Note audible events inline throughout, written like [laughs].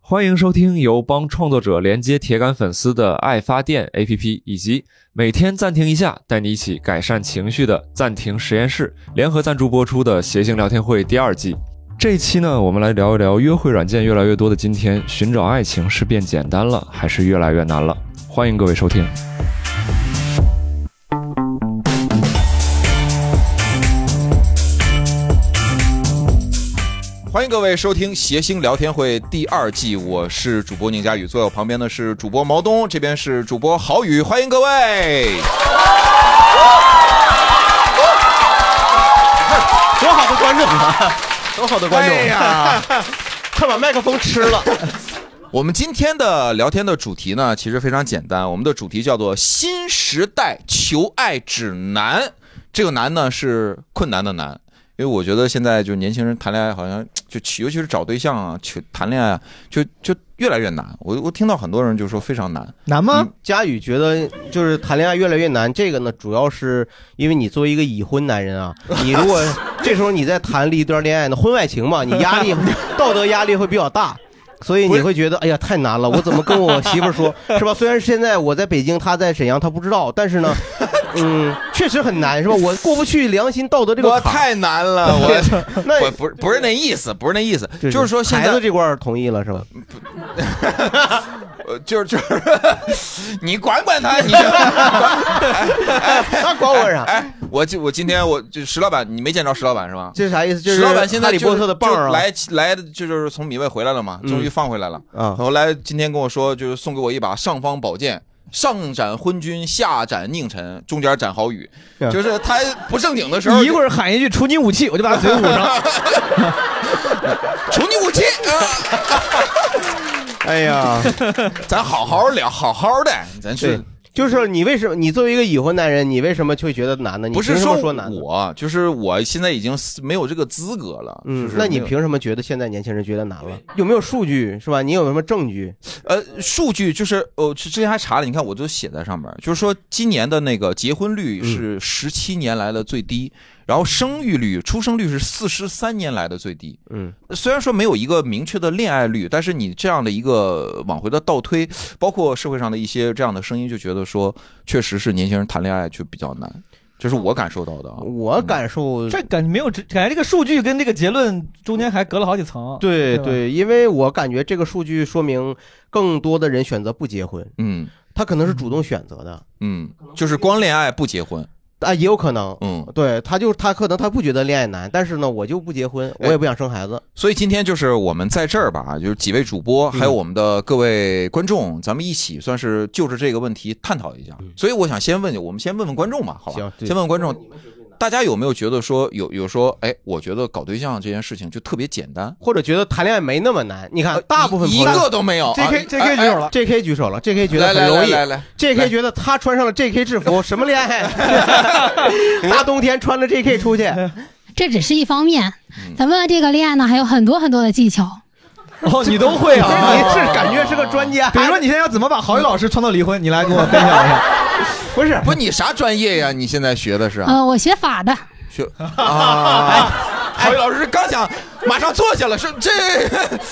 欢迎收听由帮创作者连接铁杆粉丝的爱发电 APP，以及每天暂停一下，带你一起改善情绪的暂停实验室联合赞助播出的《谐星聊天会》第二季。这一期呢，我们来聊一聊约会软件越来越多的今天，寻找爱情是变简单了，还是越来越难了？欢迎各位收听。欢迎各位收听《谐星聊天会》第二季，我是主播宁佳宇，坐在我旁边的是主播毛东，这边是主播郝宇，欢迎各位。多好的观众啊！多好的观众！啊哎呀，快把麦克风吃了。我们今天的聊天的主题呢，其实非常简单，我们的主题叫做“新时代求爱指南”。这个“难”呢是困难的“难”，因为我觉得现在就年轻人谈恋爱好像就其尤其是找对象啊，去 [laughs] 谈恋爱啊，就就越来越难。我我听到很多人就说非常难，嗯难吗？佳宇觉得就是谈恋爱越来越难，这个呢，主要是因为你作为一个已婚男人啊， [laughs] 你如果这时候你再谈一段恋爱呢，婚外情嘛，你压力 [laughs] 道德压力会比较大。所以你会觉得，哎呀，太难了！我怎么跟我媳妇儿说， [laughs] 是吧？虽然现在我在北京，她在沈阳，她不知道，但是 [laughs] 呢，嗯，确实很难，是吧？我过不去良心道德这个我坎儿。太难 [laughs] 了，我那我不是不是那意思，不是那意思，就是说现孩在子这块儿同意了，是吧？呃，就是 [laughs] 就是，你管管他，你管那管我啥？哎，我今我今天我就石老板，你没见着石老板是吧？这是啥意思？就是石老板现在哈利波特的棒就儿是啊，来来，就是从米外回来了嘛，终于放回来了。啊后来今天跟我说，就是送给我一把上方宝剑，上斩昏君，下斩佞臣，中间斩郝宇。嗯就是他不正经的时候，你一会儿喊一句“除你武器”，我就把他嘴捂上。瞅你武器啊！哎呀， [laughs] 咱好好聊，好好的，咱对去。，就是你为什么？你作为一个已婚男人，你为什么会觉得难呢？你不是凭什么说难呢？我，就是我现在已经没有这个资格了。嗯就，是那你没有凭什么觉得现在年轻人觉得难了？有没有数据是吧？你有什么证据？呃，数据就是呃，之之前还查了，你看我都写在上面，就是说今年的那个结婚嗯率是十七年来的最低，然后生育率、出生率是四十三年来的最低。呃嗯，虽然说没有一个明确的恋爱率，但是你这样的一个往回的倒推，包括社会上的一些这样的声音，就觉得说，确实是年轻人谈恋爱就比较难，这是我感受到的啊。 [laughs] 我感受这感觉没有直，感觉这个数据跟这个结论中间还隔了好几层。对吧，对，因为我感觉这个数据说明更多的人选择不结婚，嗯他可能是主动选择的嗯，就是光恋爱不结婚。啊，也有可能。嗯，对他就他可能他不觉得恋爱难，但是呢，我就不结婚，哎我也不想生孩子。所以今天就是我们在这儿吧，就是几位主播，还有我们的各位观众，咱们一起算是就着这个问题探讨一下。所以我想先问你，我们先问问观众吧，好吧行？对先问问观众，大家有没有觉得说有有说，哎，我觉得搞对象这件事情就特别简单，或者觉得谈恋爱没那么难，你看，大部分呃一一朋友个都没有。 ，J 啊 K J K 举哎哎手了， J K 举手了，J K 觉得来来很容易来来来，J 来 K 觉得他穿上了 J K 制服，什么恋 [laughs] 爱？ [laughs] 大冬天穿着 J K 出去，这只是一方面，嗯咱们这个恋爱呢还有很多很多的技巧。哦，你都会 [laughs] 你啊？是感觉是个专家？比如说，你现在要怎么把郝宇老师创造离婚，你来给我分享一 [laughs] 下。不是不，你啥专业呀？你现在学的是啊？呃，我学法的，学啊？郝宇老师刚想马上坐下了，说 [laughs] 这。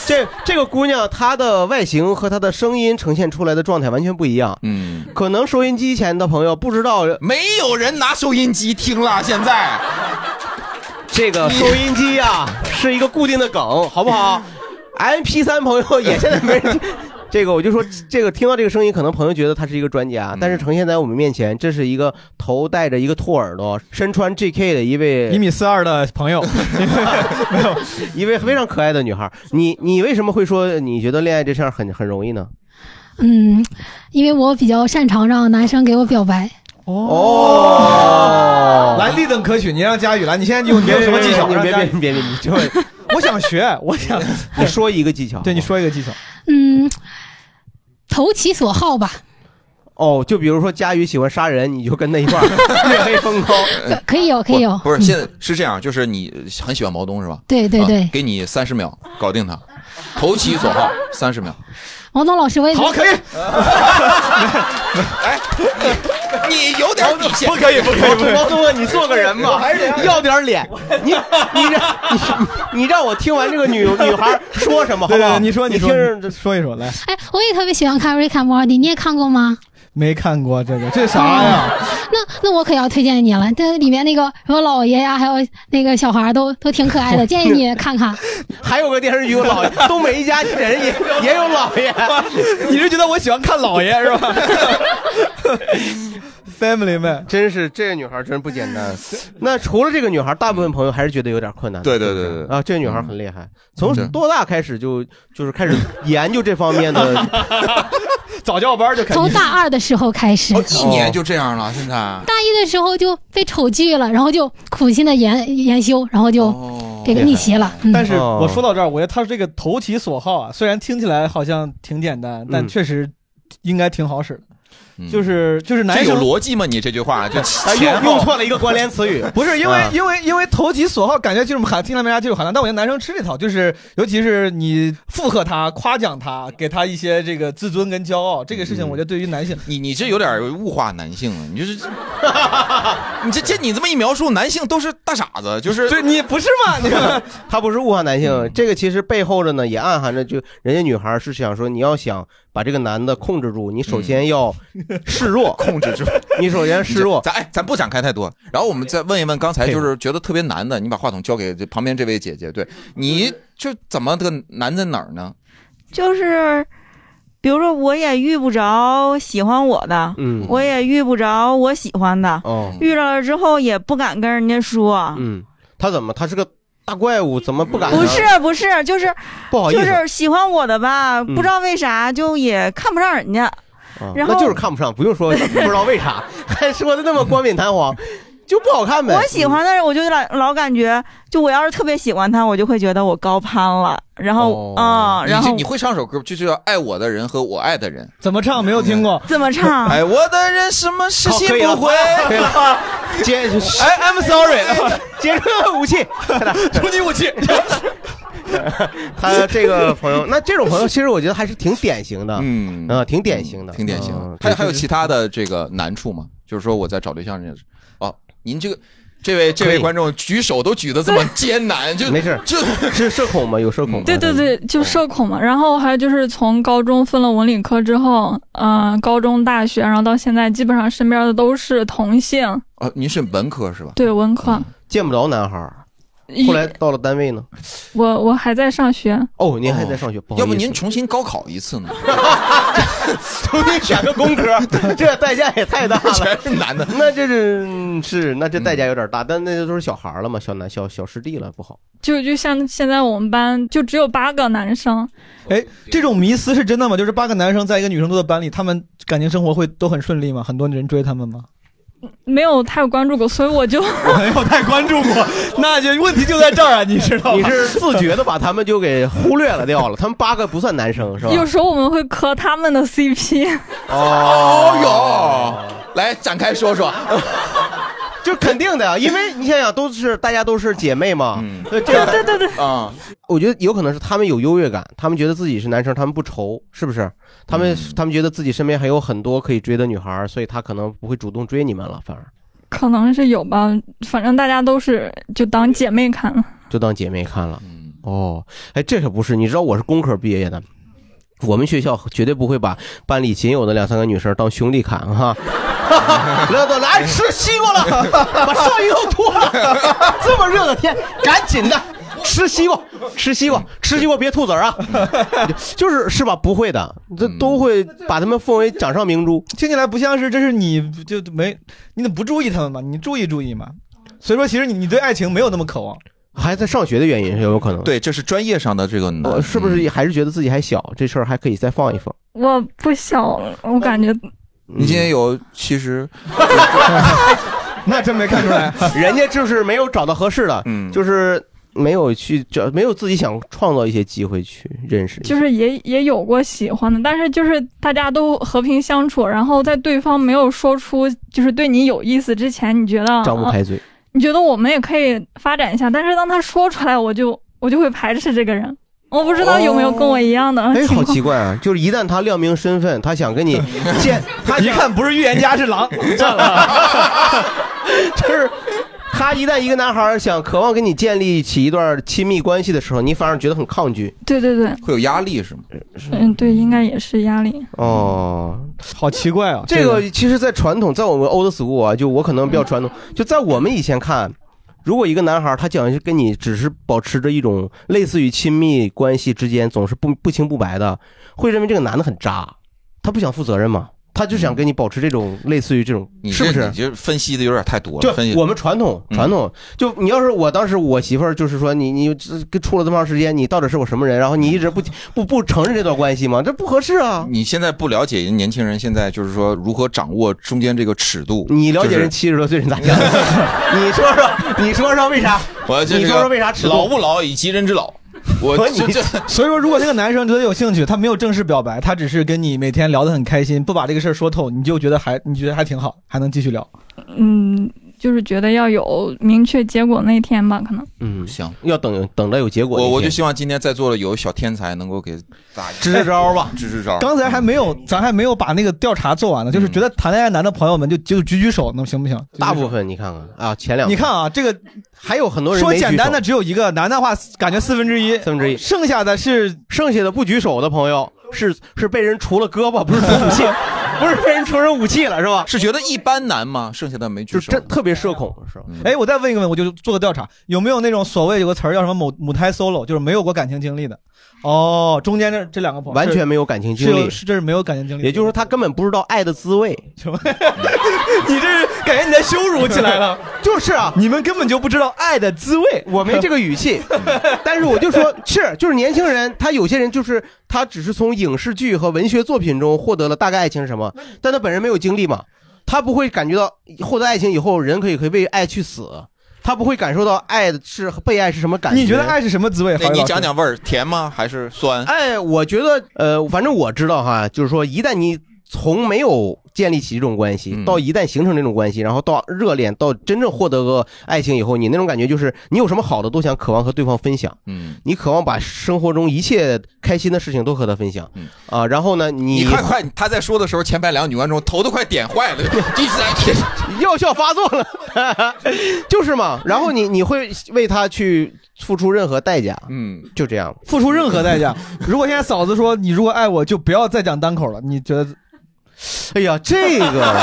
这这个姑娘，她的外形和她的声音呈现出来的状态完全不一样嗯。可能收音机前的朋友不知道没有人拿收音机听了，现在这个收音机啊是一个固定的梗，好不 [laughs] 好？M P 三朋友也现在没人听。这个我就说，这个听到这个声音，可能朋友觉得他是一个专嗯家，但是呈现在我们面前，这是一个头戴着一个兔耳朵、身穿 J K 的一一位米四二的朋友，没有， [laughs] 一位非常可爱的女孩。你你为什么会说你觉得恋爱这事儿很很容易 [laughs] 呢？嗯，因为我比较擅长让男生给我表白。哦来立等可取。你让佳宇来，你现在有你有什么技巧？你让别佳别宇，别别，你就我想学，我想， [laughs] 你说一个技巧，对你说一个技巧。嗯，投其所好吧，哦，就比如说佳宇喜欢杀人，你就跟他一块 [laughs] 儿月黑风高。可可以有，可以有。哎不是现在是这样，就是你很喜欢毛东是吧？哦对对啊对，给你三十秒搞定他，投其所好，三十秒。王东老师，我也觉得好，可以，哎，你你有点底哦线，可以，不可以，不可以。王东哥，你做个人吧，要点脸。你你让你你让我听完这个女女孩说什么，好对不对好？对，你说，你说听着这，说一说来。哎，我也特别喜欢看《Rick and Morty》，你也看过吗？没看过这个，这啥 [laughs] 呀？那那我可要推荐你了，这里面那个什么老爷呀，还有那个小孩儿都都挺可爱哦的，建议你看 [laughs] 看。还有个电视剧有老爷，东北一家人也也有老爷。 [laughs] 你是觉得我喜欢看老爷是吧 [laughs] ？Family Man，真是这个女孩真不简单。 [laughs] 那除了这个女孩，大部分朋友还是觉得有点困难的。对对对是不是对啊，这个女孩很厉害，从嗯多大开始就就是开始研究这方面 [laughs] 的？早教班就开从始。大二的时候开始，哦，一年就这样了，现在。大一的时候就被丑剧了，然后就苦心的研研修，然后就哦这个逆袭了。嗯啊但是我说到这儿，我觉得他这个投其所好啊，虽然听起来好像挺简单，但嗯确实应该挺好使的。嗯就是就是这男有生哎逻辑吗？你这句话就啊，前用后用错了一个关联 [laughs] 词语。不是因为、啊因为因为投其所好，感觉就是含听来没啥技术含量，但我觉得男生吃这套，就是尤其是你附和他、夸奖他，给他一些这个自尊跟骄傲，这个事情我觉得对于男性，嗯你你这有点物化男性了，你就是，你这这你这么一描述，男性都是大傻子，就是对你不是吗？你 [laughs] 看它不是物化男嗯性，这个其实背后的呢也暗含着，就人家女孩是想说，你要想把这个男的控制住，你首先要示弱，嗯 [laughs] 控制住。你首先 [laughs] 示弱。咱哎，咱不展开太多，然后我们再问一问，刚才就是觉得特别难的，你把话筒交给这旁边这位姐姐，对，你就怎么这个难在哪儿呢？就是，比如说我也遇不着喜欢我的，嗯，我也遇不着我喜欢的，哦，遇到了之后也不敢跟人家说。嗯，他怎么？他是个大怪物，怎么不敢呢？不是不是，就是嗯不好意就思，是喜欢我的吧，嗯不知道为啥就也看不上人家。啊然那后就是看不上，不用说，不知道为啥， [laughs] 还说的那么冠冕堂皇，就不好看呗。我喜欢的人，我就老老感觉，就我要是特别喜欢他，我就会觉得我高攀了。然后哦啊、你然这后你会唱首歌，就是要爱我的人和我爱的人。怎么唱没有听过？ [laughs] 怎么 [laughs] 唱？爱 [laughs] 我的人什么事好情可以了不会？可以了，接哎，I'm sorry，接着武器，出你武器， [laughs] 他这个朋友，那这种朋友其实我觉得还是挺典型的，嗯啊，挺典型的，挺典型的嗯。还还有其他的这个难处吗？就是说我在找对象这件事，哦，您这个这位这可位以观众举手都举得这么艰难，就没事，就是社恐吗？有社恐吗？啊对对对，哦就社恐嘛。然后还有就是从高中分了文理科之后，嗯、高中、大学，然后到现在，基本上身边的都是同性，哦，您是文科是吧？对文嗯科。见不着男孩儿。一后来到了单位呢，我我还在上学，哦，您还在上学，不好意要思，不您重新高考一次 [laughs] 呢？[laughs] 重新选个工科， [laughs] 这代价也太大了。全是男的。嗯那这是嗯是，那这代价有点大，但那都是小孩儿了嘛，小男小小师弟了，不好。就就像现在我们班就只有八个男生，哎，这种迷思是真的吗？就是八个男生在一个女生多的班里，他们感情生活会都很顺利吗？很多人追他们吗？没有太关注过，所以我就 [laughs] 我没有太关 [laughs] 注过，那就问题就在这儿啊，你知道你吗？是自觉的把他们就给忽略了掉了，他们八个不算男生是吧？有时候我们会磕他们的 CP，哦哟，来展开说 [laughs] 说。就肯定的，因为你想想，都是大家都是姐妹嘛，嗯对这样对对对，啊，我觉得有可能是他们有优越感，他们觉得自己是男生，他们不愁，是不是？他们、嗯他们觉得自己身边还有很多可以追的女孩儿，所以他可能不会主动追你们了，反而 [laughs] 可能是有吧，反正大家都是就当姐妹看了。就当姐妹看了。嗯，哦，哎，这可不是，你知道我是工科毕业的，我们学校绝对不会把班里仅有的两三个女生当兄弟看哈。乐乐来吃西瓜 [laughs] 了，把上衣都脱了，这么热的天，赶紧的。吃西瓜，吃西瓜，吃西瓜，别吐籽儿啊！就是是吧？不会的，这都会把他们奉为掌上明珠。听起来不像是，这是你就没你怎么不注意他们嘛？你注意注意嘛。所以说，其实你你对爱情没有那么渴望。还在上学的原因有没有可能？，对，这是专业上的这个难，嗯呃，是不是也还是觉得自己还小，这事儿还可以再放一放？我不小了，我感觉嗯？你今年有 [laughs] 其实，那真没看出来。人家就是没有找到合适的，嗯，就是没有去找，没有自己想创造一些机会去认识一下，就是也也有过喜欢的，但是就是大家都和平相处，然后在对方没有说出就是对你有意思之前，你觉哦得张不啊开嘴。你觉得我们也可以发展一下，但是当他说出来，我就我就会排斥这个人。我不知道有没有跟我一样的哎，情好况。奇怪 [laughs] 啊！就是一旦他亮明身份，他想跟 [laughs] 你见，他一看不是预言家是 [laughs] 狼，就是他一旦一个男孩想渴望跟你建立起一段亲密关系的时候，你反而觉得很抗拒。对对对，会有压力是吗？嗯，对，应该也是压力。哦，好奇怪啊！这个其实，在传统，在我们 old school 啊，就我可能比较传统，就在我们以前看，如果一个男孩他想跟你只是保持着一种类似于亲密关系之间总是不不清不白的，会认为这个男的很渣，他不想负责任嘛，他就想跟你保持这种类似于这种，你是这不是你？这分析的有点太多就了，分析我们传统嗯传统，就你要是我当时我媳妇儿就是说你你这跟处了这么长时间，你到底是我什么人？然后你一直不不不承认这段关系吗？这不合适啊！你现在不了解年轻人现在就是说如何掌握中间这个尺度，你了解就是人七十多岁人咋想？你说说，你说说为啥？我这你个说说为啥尺度老不老以及人之老，我和你这这 [laughs] 所以说，如果那个男生觉得有兴趣，他没有正式表白，他只是跟你每天聊得很开心，不把这个事儿说透，你就觉得还你觉得还挺好，还能继续聊。嗯，就是觉得要有明确结果那天吧，可能。嗯，行。要等等着有结果那我天。我就希望今天在座的有小天才能够给大家支支招 [laughs] 吧。支支招。刚才还没有，咱还没有把那个调查做完呢，就是觉得谈恋爱难的朋友们就就举举手，能行不行？嗯大部分你看看啊，前两你看啊，这个还有很多人说没举简单的手只有一个，难的话感觉四分之一，四分之一，剩下的是剩下的不举手的朋友是是被人除了胳膊，不 [laughs] 是除武器，不是被人除人武器了是吧？是觉得一般难吗？剩下的没举就手。真特别社恐是吧？哎，我再问一个问，我就做个调查，有没有那种所谓有个词儿叫什么母母胎 solo，就是没有过感情经历的？哦，中间这这两个朋友完全没有感情是经是历有，是这是没有感情经历，也就是说他根本不知道爱的滋 [laughs] 味。你这是感觉你在羞辱起来了， [laughs] 就是啊，你们根本就不知道爱的滋味。我没这个语 [laughs] 气，但是我就说是，就是年轻人，他有些人就是他只是从影视剧和文学作品中获得了大概爱情是什么，但他本人没有经历嘛，他不会感觉到获得爱情以后人可以可以为爱去死，他不会感受到爱是被爱是什么感觉。你觉得？爱是什么滋味？那郝宇你老师讲，讲味儿，甜吗？还是酸？哎，我觉得呃，反正我知道哈，就是说一旦你。从没有建立起这种关系嗯，到一旦形成这种关系，然后到热恋，到真正获得个爱情以后，你那种感觉就是，你有什么好的都想渴望和对方分享。嗯，你渴望把生活中一切开心的事情都和他分享，嗯啊，然后呢，你你 [laughs] 快快，他在说的时候，前排两个女观众头都快点坏了，一直在舔。药效发作了， [laughs] 就是嘛，然后你你会为他去付出任何代价，嗯，就这样。付出任何 [laughs] 代价。如果现在嫂子说你如果爱我，就不要再讲单口了，你觉得哎呀，这 [laughs] 个，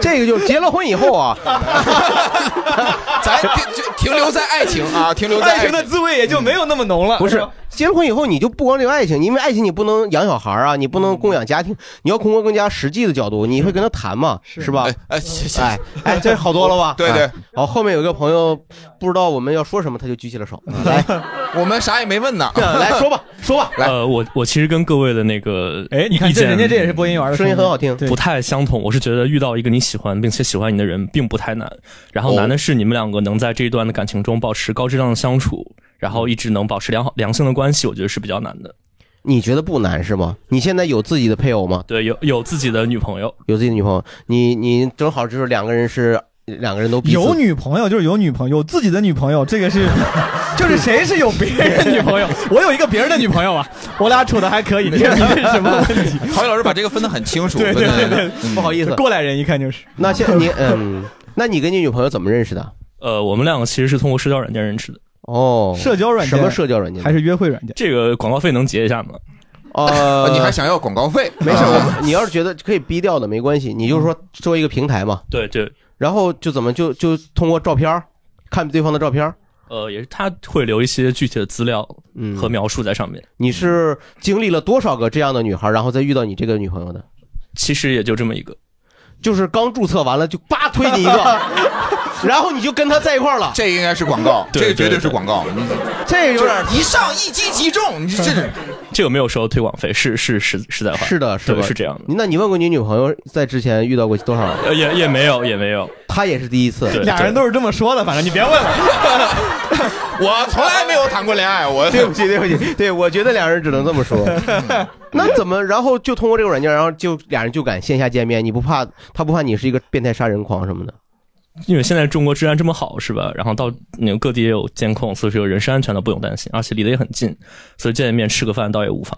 这个就结了婚以后啊，咱停就停留在爱情啊，停留在爱情的滋味也就没有那么浓了？不是吧结了婚以后你就不光这个爱情，因为爱情你不能养小孩啊，你不能供养家嗯庭，你要通过更加实际的角度，你会跟他谈嘛，是吧哎？哎，谢谢。哎哎，这好多了吧？ [laughs] 对对哎。好，后面有一个朋友不知道我们要说什么，他就举起了手。嗯哎来，我们啥也没 [laughs] 问呢。来说吧，说吧，来呃，我我其实跟各位的那个哎，你意看这见人家这也是播音员的声音很好听。对不太相同。我是觉得遇到一个你喜欢并且喜欢你的人并不太难，然后哦难的是你们两个能在这一段的感情中保持高质量的相处，然后一直能保持良好良性的关系，我觉得是比较难的。你觉得不难是吗？你现在有自己的配偶吗？对，有有自己的女朋友，有自己的女朋友？你你正好就是两个人是两个人都彼此 [laughs] 有女朋友就是有女朋友，有自己的女朋友，这个 [laughs] 是，就是谁是有别人女朋友？我有一个别人的女朋友啊，我俩处的还可以，这是什么问 [laughs] 题？郝宇老师把这个分得很清楚。对对分得对嗯不好意思，过来人一看就是，那现你嗯，那你跟你女朋友怎么认识的？呃，我们两个其实是通过社交软件认识的。哦，社交软件什么社交软件？还是约会软件？这个广告费能结一下吗？啊呃，你还想要广告费？没事？啊我你要是觉得可以逼掉的没关系，你就说说一个平台嘛，对对，然后就怎么就就通过照片儿看对方的照片儿，呃，也是他会留一些具体的资料嗯，和描述在上面。你是经历了多少个这样的女孩，然后再遇到你这个女朋友的？其实也就这么一个，就是刚注册完了就叭推你一 [laughs] 个，然后你就跟他在一块儿了，这应该是广告，对这个对绝对对是广告。你这有点。一上一击即中，你这是这个没有收推广费，是是是实在话，是的，啊是对的，是这样的，那你问过你女朋友在之前遇到过多少？呃也也没有也没有，她也是第一次。对俩人都是这么说啊的，反正你别问了。 [laughs] 我从来没有谈过恋爱，我对不起，对不起，对我觉得俩人只能这么说。那怎么？然后就通过这个软件，然后就俩人就敢线下见面？你不怕她不怕你是一个变态杀人狂什么的？因为现在中国治安这么好，是吧？然后到那个各地也有监控，所以说人身安全倒不用担心，而且离得也很近，所以见一面吃个饭倒也无妨。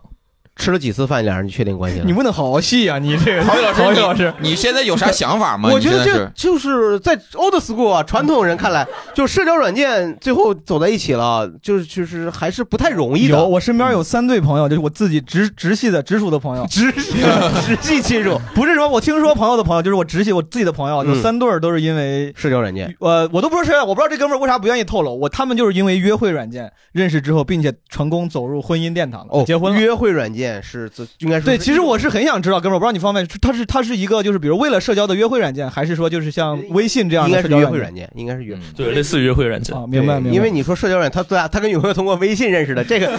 吃了几次饭，俩人就确定关系了 [laughs] 你。问的好细啊，你这个郝宇老师，郝宇你老师，你现在有啥想法吗？我觉得你现在这是就是在 old school 啊，传统人看来，就社交软件最后走在一起了，就是就是还是不太容易的。有我身边有三对朋友，就是我自己直直系的直属的朋友，直系 [laughs] 直系亲属，不是说我听说朋友的朋友，就是我直系我自己的朋友，有嗯三对儿都是因为。社交软件，呃，我都不知道谁，我不知道这哥们儿为啥不愿意透露我，他们就是因为约会软件认识之后，并且成功走入婚姻殿堂了，哦，结婚了。约会软件是这应该是对，其实我是很想知道，哥们儿，我不知道你方便，他是他是一个就是比如为了社交的约会软件，还是说就是像微信这样应的该社是交约会件软件，应该是约。嗯 [laughs] 对，类似于约会软件。啊？明白对明白，因为你说 [laughs] 社交软件，他他他跟女朋友通过微信认识的，这个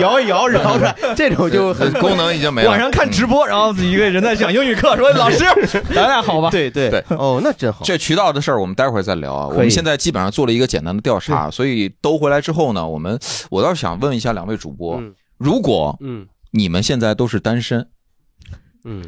摇一摇，然后出来这种就很这呃功能已经没了。晚上看直播，然后一个人在讲英语课，说老 [laughs] 师， [laughs] 哎咱俩好吧？对对对哦，那真好。这渠道的事儿，我们待会儿再聊啊。可以嗯我们现在基本上做了一个简单的调查，所以都回来之后呢，我们我倒是想问一下两位主播，嗯如果嗯你们现在都是单身，嗯，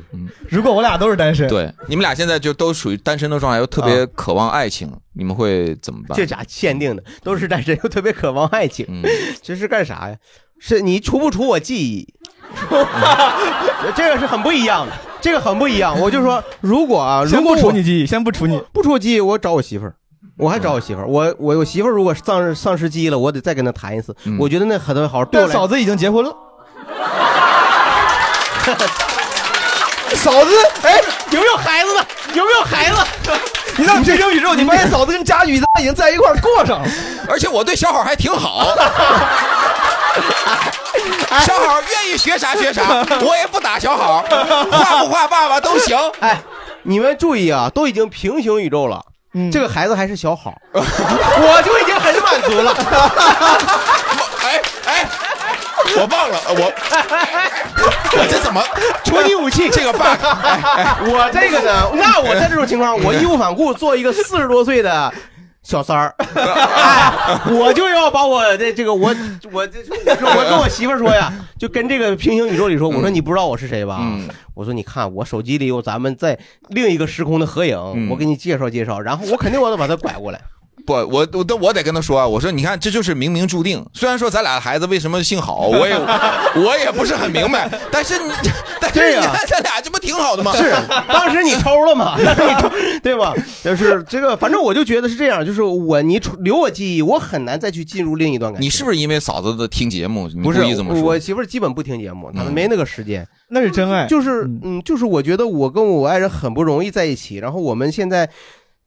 如果我俩都是单身，对，你们俩现在就都属于单身的状态，又特别渴望爱情，你们会怎么办啊这？咋限定的？都是单身又特别渴望爱情，嗯， [laughs] 这是干啥呀？是你除不除我记忆？ [laughs] 这个是很不一样的，这个很不一样。我就说，如果啊，先如果不我除你记忆，先不除你。嗯不出记忆，我找我媳妇儿，我还找我媳妇儿。我我我媳妇儿如果丧失丧失记忆了，我得再跟她谈一次。嗯我觉得那很好，对我但来嫂子已经结婚了。嫂子，哎，有没有孩子呢？有没有孩子？ [laughs] 你让你学英语之后，你发现嫂子跟佳宇他已经在一块儿过上了。 [laughs] 而且我对小好还挺好。小好愿意学啥 [laughs] 学啥，我也不打小好，画不画爸爸都行。哎，你们注意啊，都已经平行宇宙了。嗯这个孩子还是小好，我就已经很满足了。 [laughs] 哎哎，我忘了呃我，我 [laughs] 这怎么戳你武器，[laughs] 这个 bug？哎我这个 [laughs] 呢，那我在这种情况，我义无反顾做一个四十多岁的 [laughs] 小三 [laughs] 儿，哎，我就要把我的这个我我这我说我跟我媳妇儿说呀，就跟这个平行宇宙里说，我说你不知道我是谁吧？嗯我说你看我手机里有咱们在另一个时空的合影，嗯我给你介绍介绍，然后我肯定我得把她拐过来。 [laughs] 不，我我但我得跟他说啊，我说你看，这就是冥冥注定。虽然说咱俩的孩子为什么姓郝，我也我也不是很明白，但是你 [laughs] 但对是你呀看咱俩这不挺好的吗？是，当时你抽了嘛？当时你抽对吧？就是这个，反正我就觉得是这样，就是我你除留我记忆，我很难再去进入另一段感情。 [laughs] 你是不是因为嫂子的听节目，你不故是意这么说我？媳妇儿基本不听节目，她嗯没那个时 [laughs] 间。那是真爱，就是嗯嗯，就是我觉得我跟我爱人很不容易在一起，然后我们现在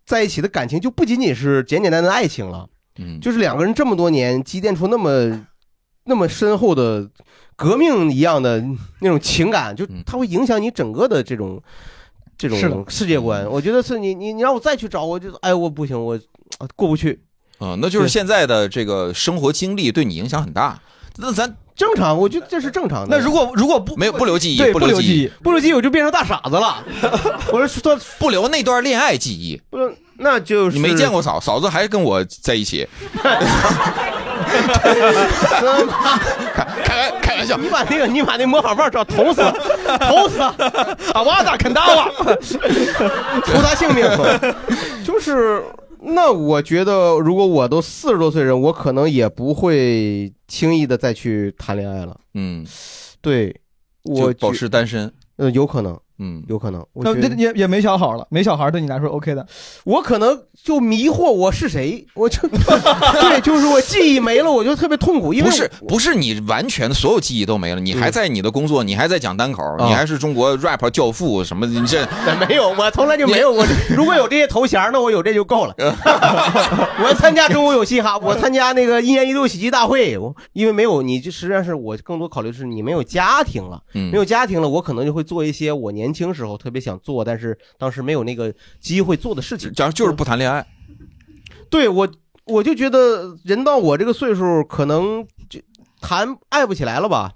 在一起的感情就不仅仅是简简单单的爱情了，嗯，就是两个人这么多年积淀出那么那么深厚的革命一样的那种情感，就嗯它会影响你整个的这种。这是的种世界观，我觉得是你你你让我再去找，我就哎我不行，我啊过不去。嗯，那就是对现在的这个生活经历对你影响很大。那咱正常，我觉得这是正常的。那如果如果不没有不留记忆，对不留留忆，忆，不如记，我就变成大傻子了。我是说， [laughs] 不留那段恋爱记忆。不是，那就是你没 [laughs] 见过嫂，嫂子还跟我在一起， [laughs] 开开开玩笑，你把那个你把那魔法棒找捅死，捅死， [laughs] 阿瓦达肯啊达瓦， [laughs] 图他 [laughs] 性命。就是，那我觉得，如果我都四十多岁人，我可能也不会轻易的再去谈恋爱了。嗯，对，我就保觉持单身，呃有可能，嗯，有可能， [laughs] 我那觉那得也也没小孩了，没小孩对你来说 OK 的。我可能就迷惑我是谁，我就对，就是我记忆没了，我就特别痛苦，因为不是不是你完全所有记忆都没了，你还在你的工作，你还在讲单口，啊你还是中国 rap 教父什么？你 [laughs] 这没有，我从来就没有过。如果有这些头衔儿，那我有这就够了。 [laughs] 我参加中国有嘻哈，我参加那个一年一度喜剧大会，我因为没有你，这实际上是我更多考虑是你没有家庭了，嗯没有家庭了，我可能就会做一些我年轻时候特别想做，但是当时没有那个机会做的事情。嗯假如就是不谈恋爱，对我，我就觉得人到我这个岁数，可能就谈爱不起来了吧。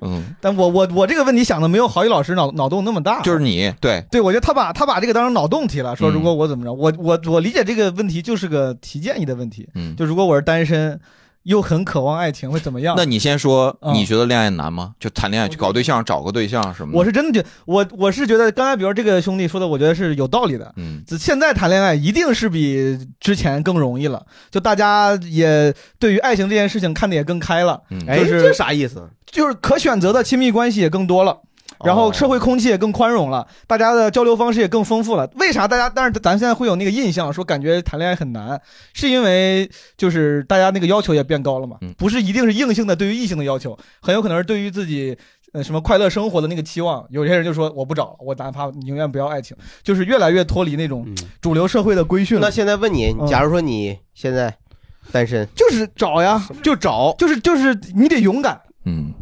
嗯，但我我我这个问题想的没有郝宇老师脑脑洞那么大，就是你对，对，我觉得他把他把这个当成脑洞题了，说嗯如果我怎么着，我我我理解这个问题就是个提建议的问题，嗯就如果我是单身，又很渴望爱情会怎么样？那你先说，嗯你觉得恋爱难吗？就谈恋爱，去搞对象，找个对象什么的？我是真的觉我我是觉得刚才比如这个兄弟说的，我觉得是有道理的。嗯，只现在谈恋爱一定是比之前更容易了，就大家也对于爱情这件事情看得也更开了。嗯哎，就是这啥意思？就是可选择的亲密关系也更多了。然后社会空气也更宽容了，大家的交流方式也更丰富了。为啥大家？但是咱现在会有那个印象，说感觉谈恋爱很难，是因为就是大家那个要求也变高了嘛？不是一定是硬性的对于异性的要求，很有可能是对于自己呃什么快乐生活的那个期望。有些人就说我不找了，我哪怕宁愿不要爱情，就是越来越脱离那种主流社会的规训了。嗯那现在问你，假如说你现在单身，就是找呀，就找，就是就是你得勇敢，嗯，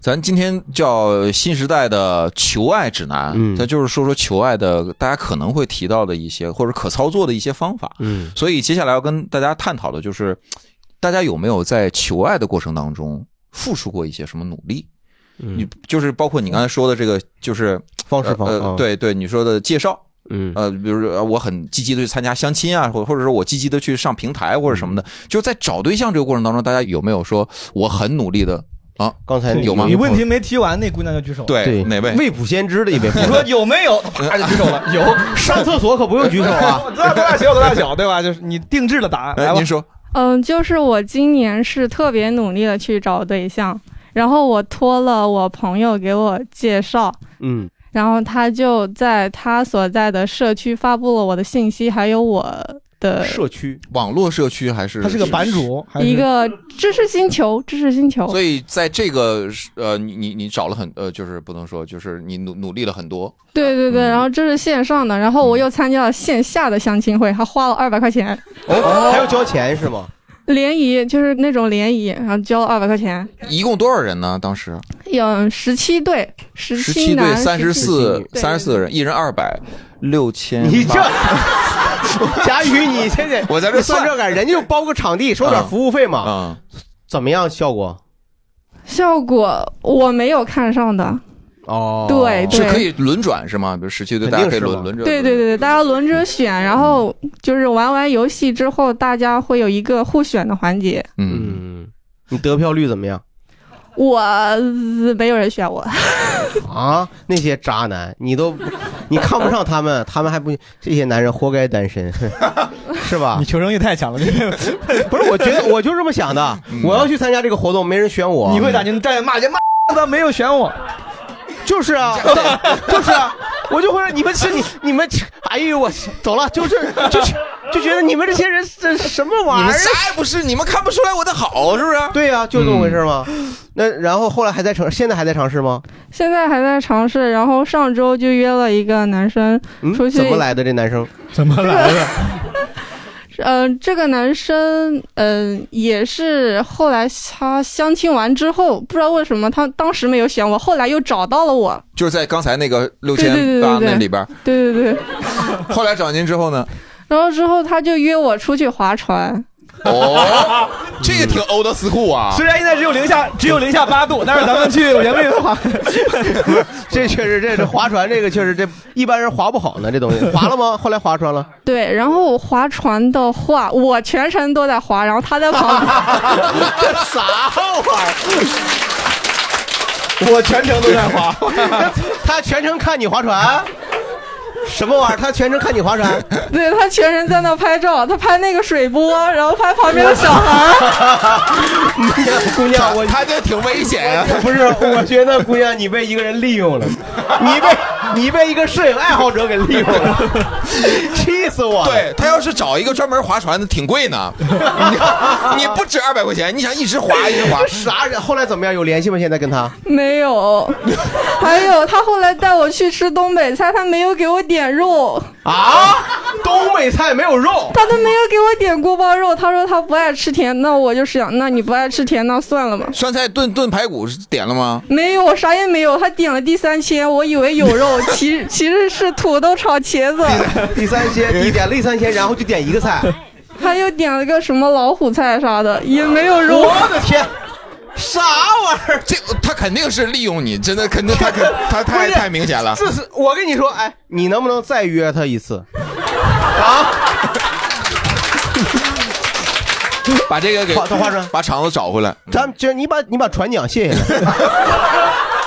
咱今天叫新时代的求爱指南，嗯它就是说说求爱的，大家可能会提到的一些或者可操作的一些方法。嗯所以接下来要跟大家探讨的就是，大家有没有在求爱的过程当中付出过一些什么努力？你就是包括你刚才说的这个，就是嗯方式方呃啊呃，对对，你说的介绍，嗯呃，比如说呃我很积极的去参加相亲啊，或或者说我积极的去上平台或者什嗯么的，就在找对象这个过程当中，大家有没有说我很努力的啊？刚才有吗嗯你问题没提完，那姑娘就举手了。对，对哪位？未卜先知的一位朋我友，说有没有？啪就举手 [laughs] 了，有。上厕所可不用举手啊。 [laughs] 我知道多大小有多大小，对吧？就是你定制的答案，来哎，吧您。说，嗯，就是我今年是特别努力的去找对象，然后我托了我朋友给我介绍，嗯然后他就在他所在的社区发布了我的信息，还有我的社区网络社区还是他是个版主，还是一个知识星球，知识星球。所以在这个呃，你你你找了很呃，就是不能说，就是你努努力了很多，对对对，嗯然后这是线上的，然后我又参加了线下的相亲会，还花了二百块钱，哦，还要交钱是吗？联谊就是那种联谊，然后交了二百块钱，一共多少人呢？当时有十七对，十十七七对男，三十四女，对三十四个人，一人二百，六千。你这，贾宇，你这得 [laughs] 我在这你算这个，人家就包个场地，收点服务费嘛，啊，怎么样效果？效果我没有看上的，哦对对是可以轮转是吗？比如十七对，肯定大家可以是轮嘛轮着。对对对对，大家轮着选，然后就是玩完游戏之后，大家会有一个互选的环节。嗯，嗯，你得票率怎么样我呃没有人选我，啊？那些渣男，你都不你看不上他们，他们还不这些男人活该单身， [laughs] 是吧你？求生欲 [laughs] 太强了，你不是，我觉得我就这么想的，嗯我要去参加这个活动，没人选我，你会咋？你站着骂人，妈的没有选我，就是 [laughs] 啊，就是啊，我就会让你们是你你们，哎呦我走了，就是就是就觉得你们这些人这什么你玩意们儿？啥也不是，你们看不出来我的好是不是？嗯对呀、就这么回事嘛。那然后后来还在尝，现在还在尝试吗？现在还在尝试。然后上周就约了一个男生，嗯出，去怎么来的这男生？怎么来的？嗯、这个男生嗯、也是后来他相亲完之后，不知道为什么他当时没有选我，后来又找到了我。就是在刚才那个六对对千对对八对那里边，对对对，后来找您 [laughs] 之后呢？然后之后他就约我出去划船。哦，这个挺 old school 嗯啊。虽然现在只有零下只有零下八 [laughs] 度，但是咱们去圆明园滑，这确实，这这划船这个确实，这一般人划不好呢，这东西划了吗？后来划船了，对，然后我划船的话，我全程都在划，然后他在旁边。 [laughs] 这 [laughs] 啥玩意我全程都在滑。儿？ [laughs] 他全程看你划船，什么玩意儿？他全程看你划船，对他全程在那拍照，他拍那个水波，然后拍旁边的小 [laughs] 孩。姑娘，我他这挺危险呀、 [laughs] 不是，我觉得姑娘你被一个人利用了， [laughs] 你被你被一个摄影爱好者给利用了， [laughs] 气死我了！，对他要是找一个专门划船的，挺贵呢。 [laughs] 你你不止二百块钱，你想一直划一直划 [laughs] 啥人？后来怎么样？有联系吗？现在跟他？没有，还有他后来带我去吃东北菜，他没有给我点肉，啊，东北菜没有肉。他都没有给我点锅包肉。他说他不爱吃甜，那我就想，那你不爱吃甜，那算了吧。酸菜炖炖排骨是点了吗？没有，我啥也没有。他点了第三鲜，我以为有肉，其其实是土豆炒茄子。第三鲜，你点了一三鲜，然后就点一个菜。 [laughs] 他又点了个什么老虎菜啥的，也没有肉。我的天，啥玩意儿？哎这他肯定是利用你，真的肯定他 [laughs] 肯他不太是太明显了。这是我跟你说，哎，你能不能再约他一次？啊？ [laughs] 把这个给画到画上把场子找回来。咱们就是你把你把船桨卸下来， [laughs]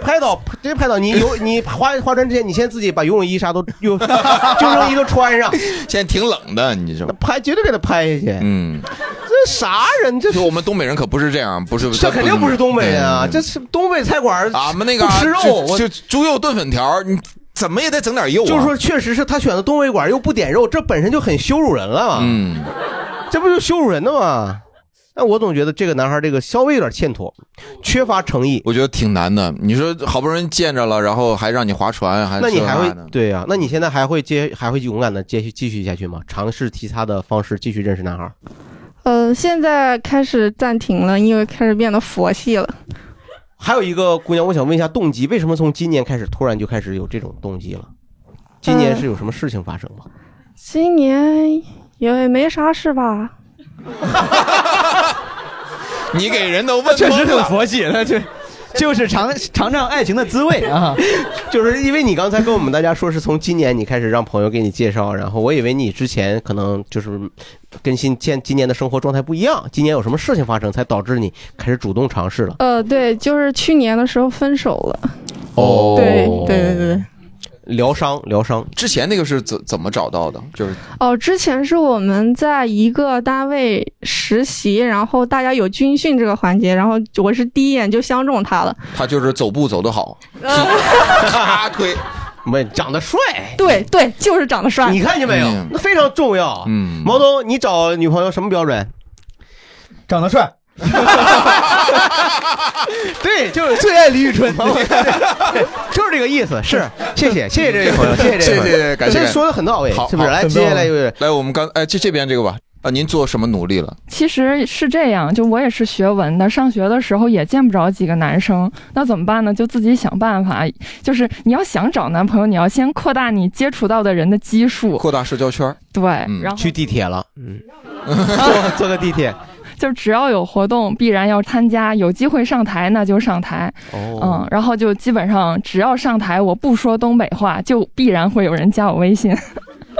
拍到直接拍到你游你划划船之前，你先自己把游泳衣啥都游救生衣都穿 [laughs] 上，现在挺冷的，你知道吗？拍绝对给他拍下去。嗯，这啥人？这就我们东北人可不是这样，不是这肯定不是东北人啊，对这是东北菜馆儿俺们那个不吃肉，就我就猪肉炖粉条，你怎么也得整点肉啊。就是说，确实是他选的东北馆，又不点肉，这本身就很羞辱人了嘛。嗯，这不就羞辱人的嘛？但我总觉得这个男孩这个稍微有点欠妥，缺乏诚意。我觉得挺难的。你说好不容易见着了，然后还让你划船，还那你还这会那的对呀、那你现在还会接，还会勇敢的接续继续下去吗？尝试其他的方式继续认识男孩。 [laughs] 呃，现在开始暂停了，因为开始变得佛系了。还有一个姑娘，我想问一下动机，为什么从今年开始突然就开始有这种动机了？今年是有什么事情发生吗？今年也没啥事吧？你给人都问确实懵挺了佛系的， [laughs] 这就是尝尝尝爱情的滋味啊。 [laughs] 就是因为你刚才跟我们大家说是从今年你开始让朋友给你介绍，然后我以为你之前可能就是跟新现今年的生活状态不一样，今年有什么事情发生才导致你开始主动尝试了？呃，对，就是去年的时候分手了。哦对对对对。疗伤疗伤，之前那个是怎怎么找到的？就是哦，之前是我们在一个单位实习，然后大家有军训这个环节，然后我是第一眼就相中他了。他就是走步走得好，嗯咔推，没长得帅， [laughs] 对对，就是长得帅。你看见没有嗯？那非常重要。嗯，毛东，你找女朋友什么标准？长得帅，对，就是最爱李宇春， [laughs] 就是这个意思。是，谢谢，谢谢这位朋 [laughs] 友，谢谢这位朋友，嗯谢谢感谢这说的很到位，好是不是？好来，很接下到来位就是来，我们刚哎，这这边这个吧。啊，您做什么努力了？其实是这样，就我也是学文的，上学的时候也见不着几个男生，那怎么办呢？就自己想办法。就是你要想找男朋友，你要先扩大你接触到的人的基数，扩大社交圈儿。对，嗯然后去地铁了，嗯，坐 [laughs] 坐个地铁。就只要有活动，必然要参加，有机会上台那就上台，哦嗯，，然后就基本上只要上台，我不说东北话，就必然会有人加我微信。 [laughs]